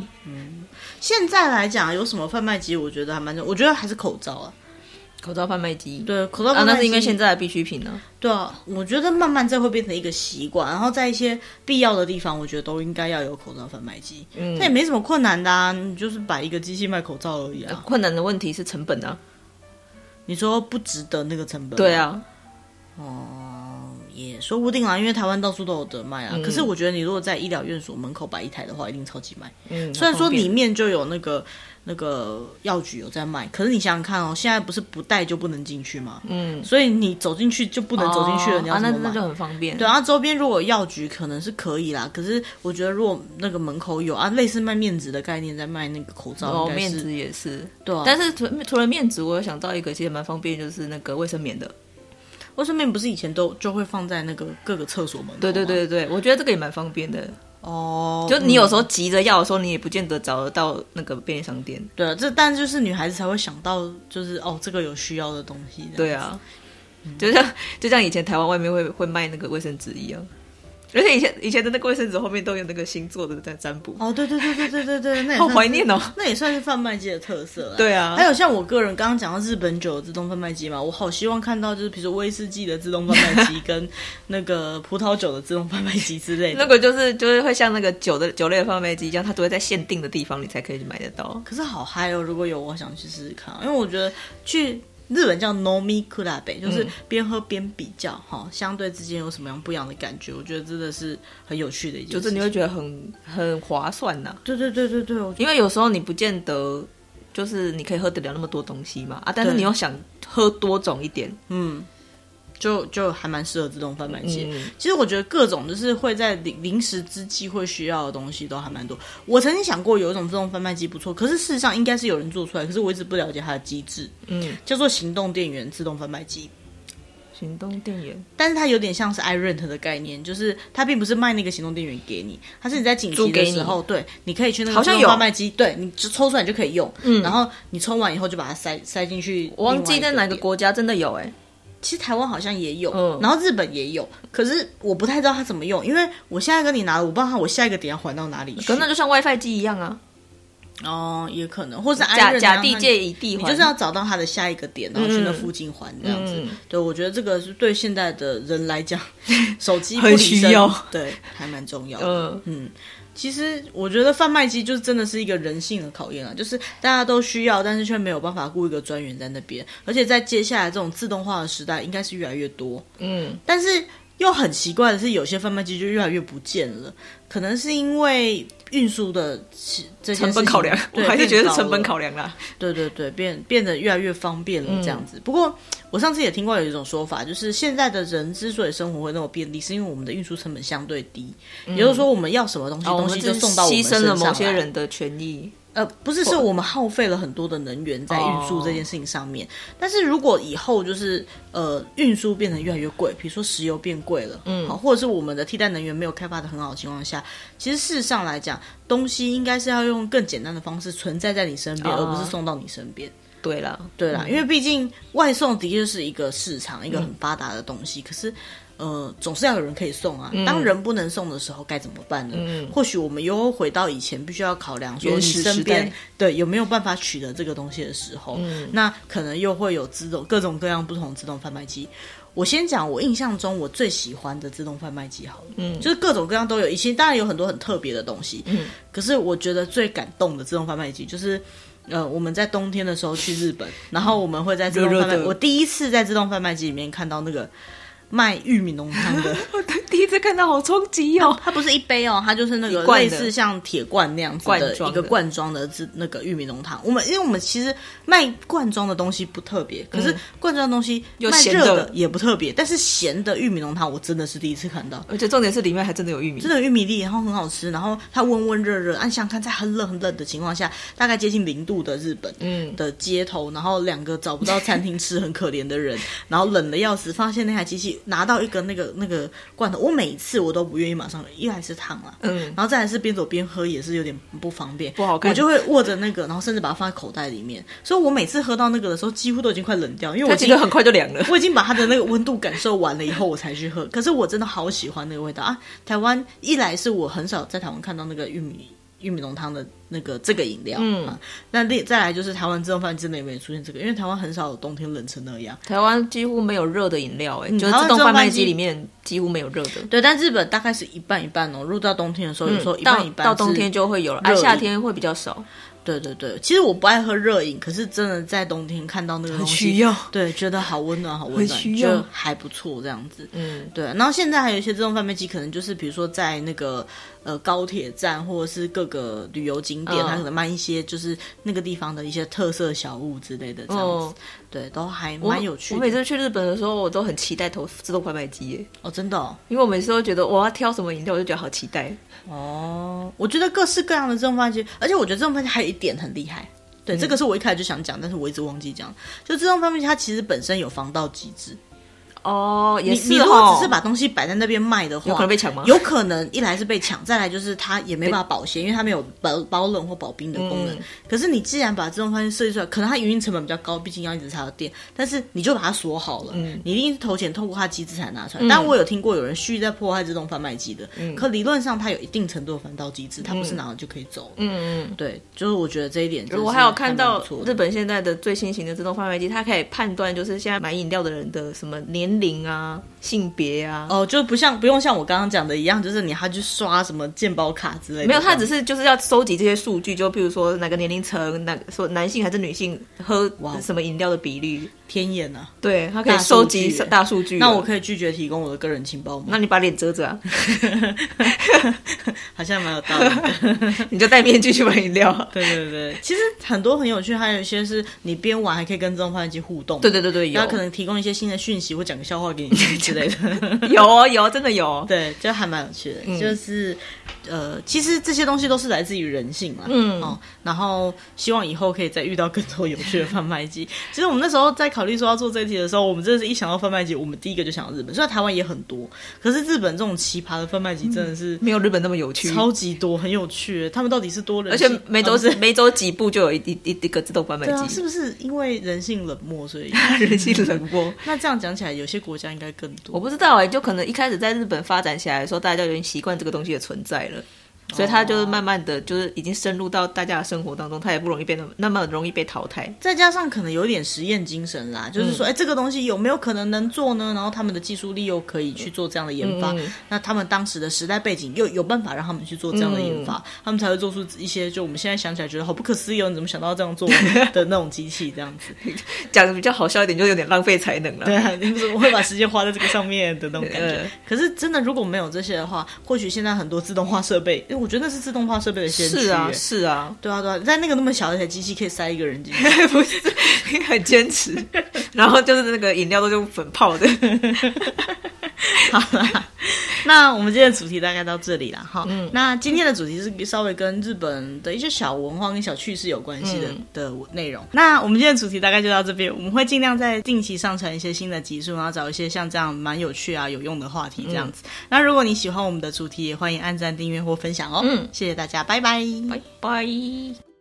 [SPEAKER 1] 现在来讲，有什么贩卖机？我觉得还蛮重，我觉得还是口罩啊。
[SPEAKER 2] 口罩贩卖机，
[SPEAKER 1] 对，口罩
[SPEAKER 2] 啊，
[SPEAKER 1] 贩卖
[SPEAKER 2] 那
[SPEAKER 1] 机、
[SPEAKER 2] 是因为现在的必需品呢。
[SPEAKER 1] 对啊，我觉得慢慢这会变成一个习惯，然后在一些必要的地方，我觉得都应该要有口罩贩卖机，
[SPEAKER 2] 嗯
[SPEAKER 1] 那也没什么困难的啊，你就是摆一个机器卖口罩而已啊。
[SPEAKER 2] 困难的问题是成本啊。
[SPEAKER 1] 你说不值得那个成本？
[SPEAKER 2] 对，啊，
[SPEAKER 1] 哦、也说不定啊，因为台湾到处都有得卖啊。
[SPEAKER 2] 嗯
[SPEAKER 1] 可是我觉得你如果在医疗院所门口摆一台的话，一定超级卖。
[SPEAKER 2] 嗯，
[SPEAKER 1] 虽然说
[SPEAKER 2] 很方便
[SPEAKER 1] 里面就有那个那个药局有在卖，可是你想想看哦，现在不是不带就不能进去吗？
[SPEAKER 2] 嗯
[SPEAKER 1] 所以你走进去就不能走进去了，
[SPEAKER 2] 哦
[SPEAKER 1] 你要
[SPEAKER 2] 啊，
[SPEAKER 1] 怎
[SPEAKER 2] 那
[SPEAKER 1] 么买？
[SPEAKER 2] 那就很方便。
[SPEAKER 1] 对，啊，周边如果有药局可能是可以啦，可是我觉得如果那个门口有啊，类似卖面子的概念在卖那个口罩，
[SPEAKER 2] 然后
[SPEAKER 1] 应该
[SPEAKER 2] 哦面
[SPEAKER 1] 是
[SPEAKER 2] 纸也是。
[SPEAKER 1] 对啊。
[SPEAKER 2] 但是除除了面纸，我有想到一个其实蛮方便，就是那个卫生棉
[SPEAKER 1] 哦
[SPEAKER 2] 的。
[SPEAKER 1] 卫生面不是以前都就会放在那个各个厕所门口吗
[SPEAKER 2] 对对，对对，我觉得这个也蛮方便的。
[SPEAKER 1] 哦，
[SPEAKER 2] 就你
[SPEAKER 1] 嗯
[SPEAKER 2] 有时候急着要的时候，你也不见得找得到那个便利商店。
[SPEAKER 1] 对啊这，但就是女孩子才会想到，就是哦，这个有需要的东西。这样
[SPEAKER 2] 对，啊，
[SPEAKER 1] 嗯
[SPEAKER 2] 就像就像以前台湾外面会会卖那个卫生纸一样，而且以前以前的那个卫生纸后面都有那个星座的在占卜，
[SPEAKER 1] 哦，对对对对对对对，那也
[SPEAKER 2] 好
[SPEAKER 1] 算
[SPEAKER 2] 怀念哦。
[SPEAKER 1] 那也算是贩卖机的特色啦。
[SPEAKER 2] 对啊，
[SPEAKER 1] 还有像我个人刚刚讲到日本酒的自动贩卖机嘛，我好希望看到就是比如说威士忌的自动贩卖 机跟那个葡萄酒的自动贩卖机之类
[SPEAKER 2] 那
[SPEAKER 1] 的。
[SPEAKER 2] 个就是就是会像那个酒的酒类的贩卖机一样，它都会在限定的地方你才可以买得到。
[SPEAKER 1] 可是好嗨哦！如果有，我想去试试看，哦因为我觉得去日本叫 Nomi k u a b e
[SPEAKER 2] 嗯
[SPEAKER 1] 就是边喝边比较哈、相对之间有什么样不一样的感觉，我觉得真的是很有趣的一件
[SPEAKER 2] 就
[SPEAKER 1] 事
[SPEAKER 2] 是
[SPEAKER 1] 情。
[SPEAKER 2] 你会觉得很很划算呐、
[SPEAKER 1] 对对对对对，我觉
[SPEAKER 2] 因为有时候你不见得就是你可以喝得了那么多东西嘛啊，但是
[SPEAKER 1] 对
[SPEAKER 2] 你又想喝多种一点，
[SPEAKER 1] 嗯，就就还蛮适合自动贩卖机。
[SPEAKER 2] 嗯
[SPEAKER 1] 其实我觉得各种就是会在临临时之际会需要的东西都还蛮多。我曾经想过有一种自动贩卖机不错，可是事实上应该是有人做出来，可是我一直不了解它的机制，
[SPEAKER 2] 嗯，
[SPEAKER 1] 叫做行动电源自动贩卖机。
[SPEAKER 2] 行动电源
[SPEAKER 1] 但是它有点像是 iRent 的概念，就是它并不是卖那个行动电源给你，它是你在紧
[SPEAKER 2] 租
[SPEAKER 1] 急
[SPEAKER 2] 给
[SPEAKER 1] 的
[SPEAKER 2] 你
[SPEAKER 1] 时候，对，你可以去那个
[SPEAKER 2] 好像
[SPEAKER 1] 自动
[SPEAKER 2] 有
[SPEAKER 1] 贩卖机，对，你就抽出来你就可以用，
[SPEAKER 2] 嗯
[SPEAKER 1] 然后你抽完以后就把它塞塞进去。
[SPEAKER 2] 我忘记在哪个国家真的有哎、
[SPEAKER 1] 其实台湾好像也有，
[SPEAKER 2] 嗯
[SPEAKER 1] 然后日本也有，可是我不太知道它怎么用，因为我现在跟你拿了，我不知道它我下一个点要还到哪里去
[SPEAKER 2] 可。是那就像 WiFi 机一样啊，
[SPEAKER 1] 哦，也可能，或是
[SPEAKER 2] 假
[SPEAKER 1] Iron
[SPEAKER 2] 假
[SPEAKER 1] 啊
[SPEAKER 2] 地
[SPEAKER 1] 它
[SPEAKER 2] 界一地
[SPEAKER 1] 你
[SPEAKER 2] 还，
[SPEAKER 1] 就是要找到它的下一个点，然后去那附近还这样子。
[SPEAKER 2] 嗯
[SPEAKER 1] 对，我觉得这个是对现在的人来讲，手机不
[SPEAKER 2] 很
[SPEAKER 1] 离
[SPEAKER 2] 需
[SPEAKER 1] 身
[SPEAKER 2] 要，
[SPEAKER 1] 对，还蛮重要的。
[SPEAKER 2] 嗯
[SPEAKER 1] 嗯，其实我觉得贩卖机就是真的是一个人性的考验啊，就是大家都需要，但是却没有办法雇一个专员在那边，而且在接下来这种自动化的时代，应该是越来越多。
[SPEAKER 2] 嗯，
[SPEAKER 1] 但是又很奇怪的是，有些贩卖机就越来越不见了。可能是因为运输的这些
[SPEAKER 2] 成本考量， 我
[SPEAKER 1] 对
[SPEAKER 2] 还是
[SPEAKER 1] 变
[SPEAKER 2] 觉得
[SPEAKER 1] 高
[SPEAKER 2] 是成本
[SPEAKER 1] 了
[SPEAKER 2] 考量啦。
[SPEAKER 1] 对对对，变变得越来越方便了这样
[SPEAKER 2] 嗯
[SPEAKER 1] 子。不过我上次也听过有一种说法，就是现在的人之所以生活会那么便利，是因为我们的运输成本相对低，
[SPEAKER 2] 嗯
[SPEAKER 1] 也就是说我们要什么东西，
[SPEAKER 2] 啊
[SPEAKER 1] 东西就送到我们
[SPEAKER 2] 牺
[SPEAKER 1] 身
[SPEAKER 2] 牲
[SPEAKER 1] 上
[SPEAKER 2] 了
[SPEAKER 1] 来。
[SPEAKER 2] 某些人的权益，
[SPEAKER 1] 呃，不是，是我们耗费了很多的能源在运输这件事情上面。但是如果以后就是呃，运输变得越来越贵，比如说石油变贵了，嗯，好，或者是我们的替代能源没有开发的很好的情况下，其实事实上来讲，东西应该是要用更简单的方式存在在你身边，
[SPEAKER 2] 哦
[SPEAKER 1] 而不是送到你身边。
[SPEAKER 2] 对啦，
[SPEAKER 1] 对啦，因为毕竟外送的确是一个市场，一
[SPEAKER 2] 嗯
[SPEAKER 1] 个很发达的东西。可是，呃，总是要有人可以送啊。
[SPEAKER 2] 嗯
[SPEAKER 1] 当人不能送的时候，该怎么办呢？或许我们又回到以前，必须要考量说你
[SPEAKER 2] 原始
[SPEAKER 1] 身
[SPEAKER 2] 时
[SPEAKER 1] 边
[SPEAKER 2] 代
[SPEAKER 1] 对有没有办法取得这个东西的时候，
[SPEAKER 2] 嗯
[SPEAKER 1] 那可能又会有自动各种各样不同的自动贩卖机。我先讲我印象中我最喜欢的自动贩卖机好了，嗯，就是各种各样都有，以前当然有很多很特别的东西，嗯，可是我觉得最感动的自动贩卖机就是。呃，我们在冬天的时候去日本，然后我们会在自动贩卖，
[SPEAKER 2] 热热的
[SPEAKER 1] 我第一次在自动贩卖机里面看到那个卖玉米浓汤 的，
[SPEAKER 2] 第一次看到好冲击哦，
[SPEAKER 1] 它不是一杯哦，它就是那个
[SPEAKER 2] 一罐
[SPEAKER 1] 类
[SPEAKER 2] 的
[SPEAKER 1] 似像铁罐那样子
[SPEAKER 2] 罐
[SPEAKER 1] 的
[SPEAKER 2] 装
[SPEAKER 1] 一个
[SPEAKER 2] 的
[SPEAKER 1] 罐装的自那个玉米浓汤。我们因为我们其实卖罐装的东西不特别，可是罐装的东西
[SPEAKER 2] 有
[SPEAKER 1] 卖
[SPEAKER 2] 嗯咸
[SPEAKER 1] 热
[SPEAKER 2] 的
[SPEAKER 1] 的也不特别，但是咸的玉米浓汤我真的是第一次看到。
[SPEAKER 2] 而且重点是里面还真的有玉米，
[SPEAKER 1] 真的有玉米粒，然后很好吃，然后它温温热热。按想想看，在很冷很冷的情况下，大概接近零度的日本，
[SPEAKER 2] 嗯，
[SPEAKER 1] 的街头，然后两个找不到餐厅吃，很可怜的人， 然后冷的要死，发现那台机器拿到一个那个那个罐头，我每一次我都不愿意马上，一来是烫了，
[SPEAKER 2] 嗯
[SPEAKER 1] 然后再来是边走边喝也是有点不方便，
[SPEAKER 2] 不好看
[SPEAKER 1] 我就会握着那个，然后甚至把它放在口袋里面，所以我每次喝到那个的时候，几乎都已经快冷掉，因为我
[SPEAKER 2] 它
[SPEAKER 1] 已
[SPEAKER 2] 其
[SPEAKER 1] 经
[SPEAKER 2] 实很快就凉了。
[SPEAKER 1] 我已经把它的那个温度感受完了以后，我才去喝。可是我真的好喜欢那个味道啊！台湾一来是我很少在台湾看到那个玉米玉米浓汤的那个这个饮料，
[SPEAKER 2] 嗯
[SPEAKER 1] 啊，那另再来就是台湾自动饭真的也没有出现这个，因为台湾很少有冬天冷成那样。
[SPEAKER 2] 台湾几乎没有热的饮料、哎、
[SPEAKER 1] 嗯
[SPEAKER 2] 就是
[SPEAKER 1] 台湾
[SPEAKER 2] 自动
[SPEAKER 1] 自动
[SPEAKER 2] 贩卖
[SPEAKER 1] 贩
[SPEAKER 2] 机
[SPEAKER 1] 机
[SPEAKER 2] 里面几乎没有热的。
[SPEAKER 1] 对，但日本大概是一半一半哦。入到冬天的时候，有时候一
[SPEAKER 2] 到
[SPEAKER 1] 半一半
[SPEAKER 2] 嗯到
[SPEAKER 1] 是
[SPEAKER 2] 冬天就会有了，
[SPEAKER 1] 热
[SPEAKER 2] 啊，
[SPEAKER 1] 饮
[SPEAKER 2] 夏天会比较少，
[SPEAKER 1] 对对对，其实我不爱喝热饮，可是真的在冬天看到那个东西，
[SPEAKER 2] 要。
[SPEAKER 1] 对，觉得好温暖，好温
[SPEAKER 2] 很
[SPEAKER 1] 暖，
[SPEAKER 2] 需要
[SPEAKER 1] 就还不错这样子。
[SPEAKER 2] 嗯，
[SPEAKER 1] 对，然后现在还有一些自动贩卖机，可能就是比如说在那个呃高铁站或者是各个旅游景点，
[SPEAKER 2] 嗯
[SPEAKER 1] 它可能卖一些就是那个地方的一些特色小物之类的，这样子，
[SPEAKER 2] 哦，
[SPEAKER 1] 对，都还
[SPEAKER 2] 我
[SPEAKER 1] 蛮有趣
[SPEAKER 2] 我每
[SPEAKER 1] 的
[SPEAKER 2] 次去日本的时候，我都很期待投自动贩卖机、哎
[SPEAKER 1] 哦，真的哦
[SPEAKER 2] 因为我每次都觉得我要挑什么饮料，我就觉得好期待。
[SPEAKER 1] 哦，我觉得各式各样的自动贩卖机，而且我觉得自动贩卖机还有一点很厉害。对，
[SPEAKER 2] 嗯
[SPEAKER 1] 这个是我一开始就想讲，但是我一直忘记讲。就自动贩卖机，它其实本身有防盗机制。
[SPEAKER 2] 哦，也
[SPEAKER 1] 你
[SPEAKER 2] 是
[SPEAKER 1] 你如果
[SPEAKER 2] 哦
[SPEAKER 1] 只是把东西摆在那边卖的话，
[SPEAKER 2] 有可能被抢吗？
[SPEAKER 1] 有可能一来是被抢，再来就是它也没办法保鲜，因为它没有保保冷或保冰的功能。
[SPEAKER 2] 嗯
[SPEAKER 1] 可是你既然把自动翻译设计出来，可能它营运成本比较高，毕竟要一直插电，但是你就把它锁好了，
[SPEAKER 2] 嗯
[SPEAKER 1] 你一定是投钱透过它机制才拿出来。但我有听过有人蓄意在破坏自动贩卖机的，
[SPEAKER 2] 嗯
[SPEAKER 1] 可理论上它有一定程度的防盗机制，它不是拿了就可以走。
[SPEAKER 2] 嗯嗯。
[SPEAKER 1] 对，就是我觉得这一点就是蛮不错的，
[SPEAKER 2] 我还有看到日本现在的最新型的自动贩卖机，它可以判断就是现在买饮料的人的什么年龄啊、性别啊。
[SPEAKER 1] 哦，就不像不用像我刚刚讲的一样，就是你还去刷什么健保卡之类的，
[SPEAKER 2] 没有，它只是就是要收集这些数据，就比如说哪个年龄层，哪说男性还是女性喝
[SPEAKER 1] 哇
[SPEAKER 2] 什么饮料的比率，
[SPEAKER 1] 天眼啊。
[SPEAKER 2] 对，它可以
[SPEAKER 1] 大数
[SPEAKER 2] 收
[SPEAKER 1] 据
[SPEAKER 2] 集
[SPEAKER 1] 耶
[SPEAKER 2] 大数据。
[SPEAKER 1] 那我，可以拒绝提供我的个人情报吗？
[SPEAKER 2] 那你把脸遮着啊，
[SPEAKER 1] 好像蛮有道理的。
[SPEAKER 2] 你就戴面具去买饮料啊。
[SPEAKER 1] 对对对，其实很多很有趣，还有一些是你边玩还可以跟自动贩卖机互动。
[SPEAKER 2] 对对对对，有
[SPEAKER 1] 然后可能提供一些新的讯息或讲个笑话给你听之类的。
[SPEAKER 2] 有哦有，真的有哦。
[SPEAKER 1] 对，就还蛮有趣的。就是呃，其实这些东西都是来自于人性嘛。嗯哦，然后希望以后可以再遇到更多有趣的贩卖机。 其实我们那时候在考虑说要做这一题的时候，我们真的是一想到贩卖机，我们第一个就想到日本。虽然台湾也很多，可是日本这种奇葩的贩卖机真的是。
[SPEAKER 2] 没有日本那么有趣，
[SPEAKER 1] 超级多，很有趣。他们到底是多人
[SPEAKER 2] 而且
[SPEAKER 1] 性？
[SPEAKER 2] 每
[SPEAKER 1] 啊
[SPEAKER 2] 周
[SPEAKER 1] 不是
[SPEAKER 2] 每周几步就有一一一一个自动贩卖
[SPEAKER 1] 对啊，
[SPEAKER 2] 机
[SPEAKER 1] 是，不是因为人性冷漠，所以
[SPEAKER 2] 人性冷漠。
[SPEAKER 1] 那这样讲起来，有些国家应该更
[SPEAKER 2] 我
[SPEAKER 1] 多
[SPEAKER 2] 欸不知道哎、就可能一开始在日本发展起来的时候，大家就已经习惯这个东西的存在了。所以它
[SPEAKER 1] 哦
[SPEAKER 2] 就是慢慢的就是已经深入到大家的生活当中，它也不容易被那么那么容易被淘汰。
[SPEAKER 1] 再加上可能有点实验精神
[SPEAKER 2] 嗯
[SPEAKER 1] 啦，就是说，哎、这个东西有没有可能能做呢？然后他们的技术力又可以去做这样的研发，
[SPEAKER 2] 嗯
[SPEAKER 1] 那他们当时的时代背景又有办法让他们去做这样的研
[SPEAKER 2] 嗯
[SPEAKER 1] 发，他们才会做出一些就我们现在想起来觉得好不可思议哦，你怎么想到这样做的那种机器这样 子？
[SPEAKER 2] 讲的比较好笑一点，就有点浪费才能了。
[SPEAKER 1] 对啊，你怎么会把时间花在这个上面的那种感觉
[SPEAKER 2] 呃？
[SPEAKER 1] 可是真的如果没有这些的话，或许现在很多自动化设备，因为我觉得那是自动化设备的先驱、
[SPEAKER 2] 是啊
[SPEAKER 1] 哎
[SPEAKER 2] 是啊，
[SPEAKER 1] 对啊，对啊，在那个那么小的台机器可以塞一个人进去，
[SPEAKER 2] 不是很坚持， 然后就是那个饮料都是用粉泡的。
[SPEAKER 1] 好啦，那我们今天的主题大概到这里啦，哈。那今天的主题是稍微跟日本的一些小文化跟小趣事有关系的、的内容。那我们今天的主题大概就到这边，我们会尽量在定期上传一些新的集数，然后找一些像这样蛮有趣啊、有用的话题这样子。那如果你喜欢我们的主题，也欢迎按赞、订阅或分享哦。嗯，谢谢大家，拜拜
[SPEAKER 2] 拜拜。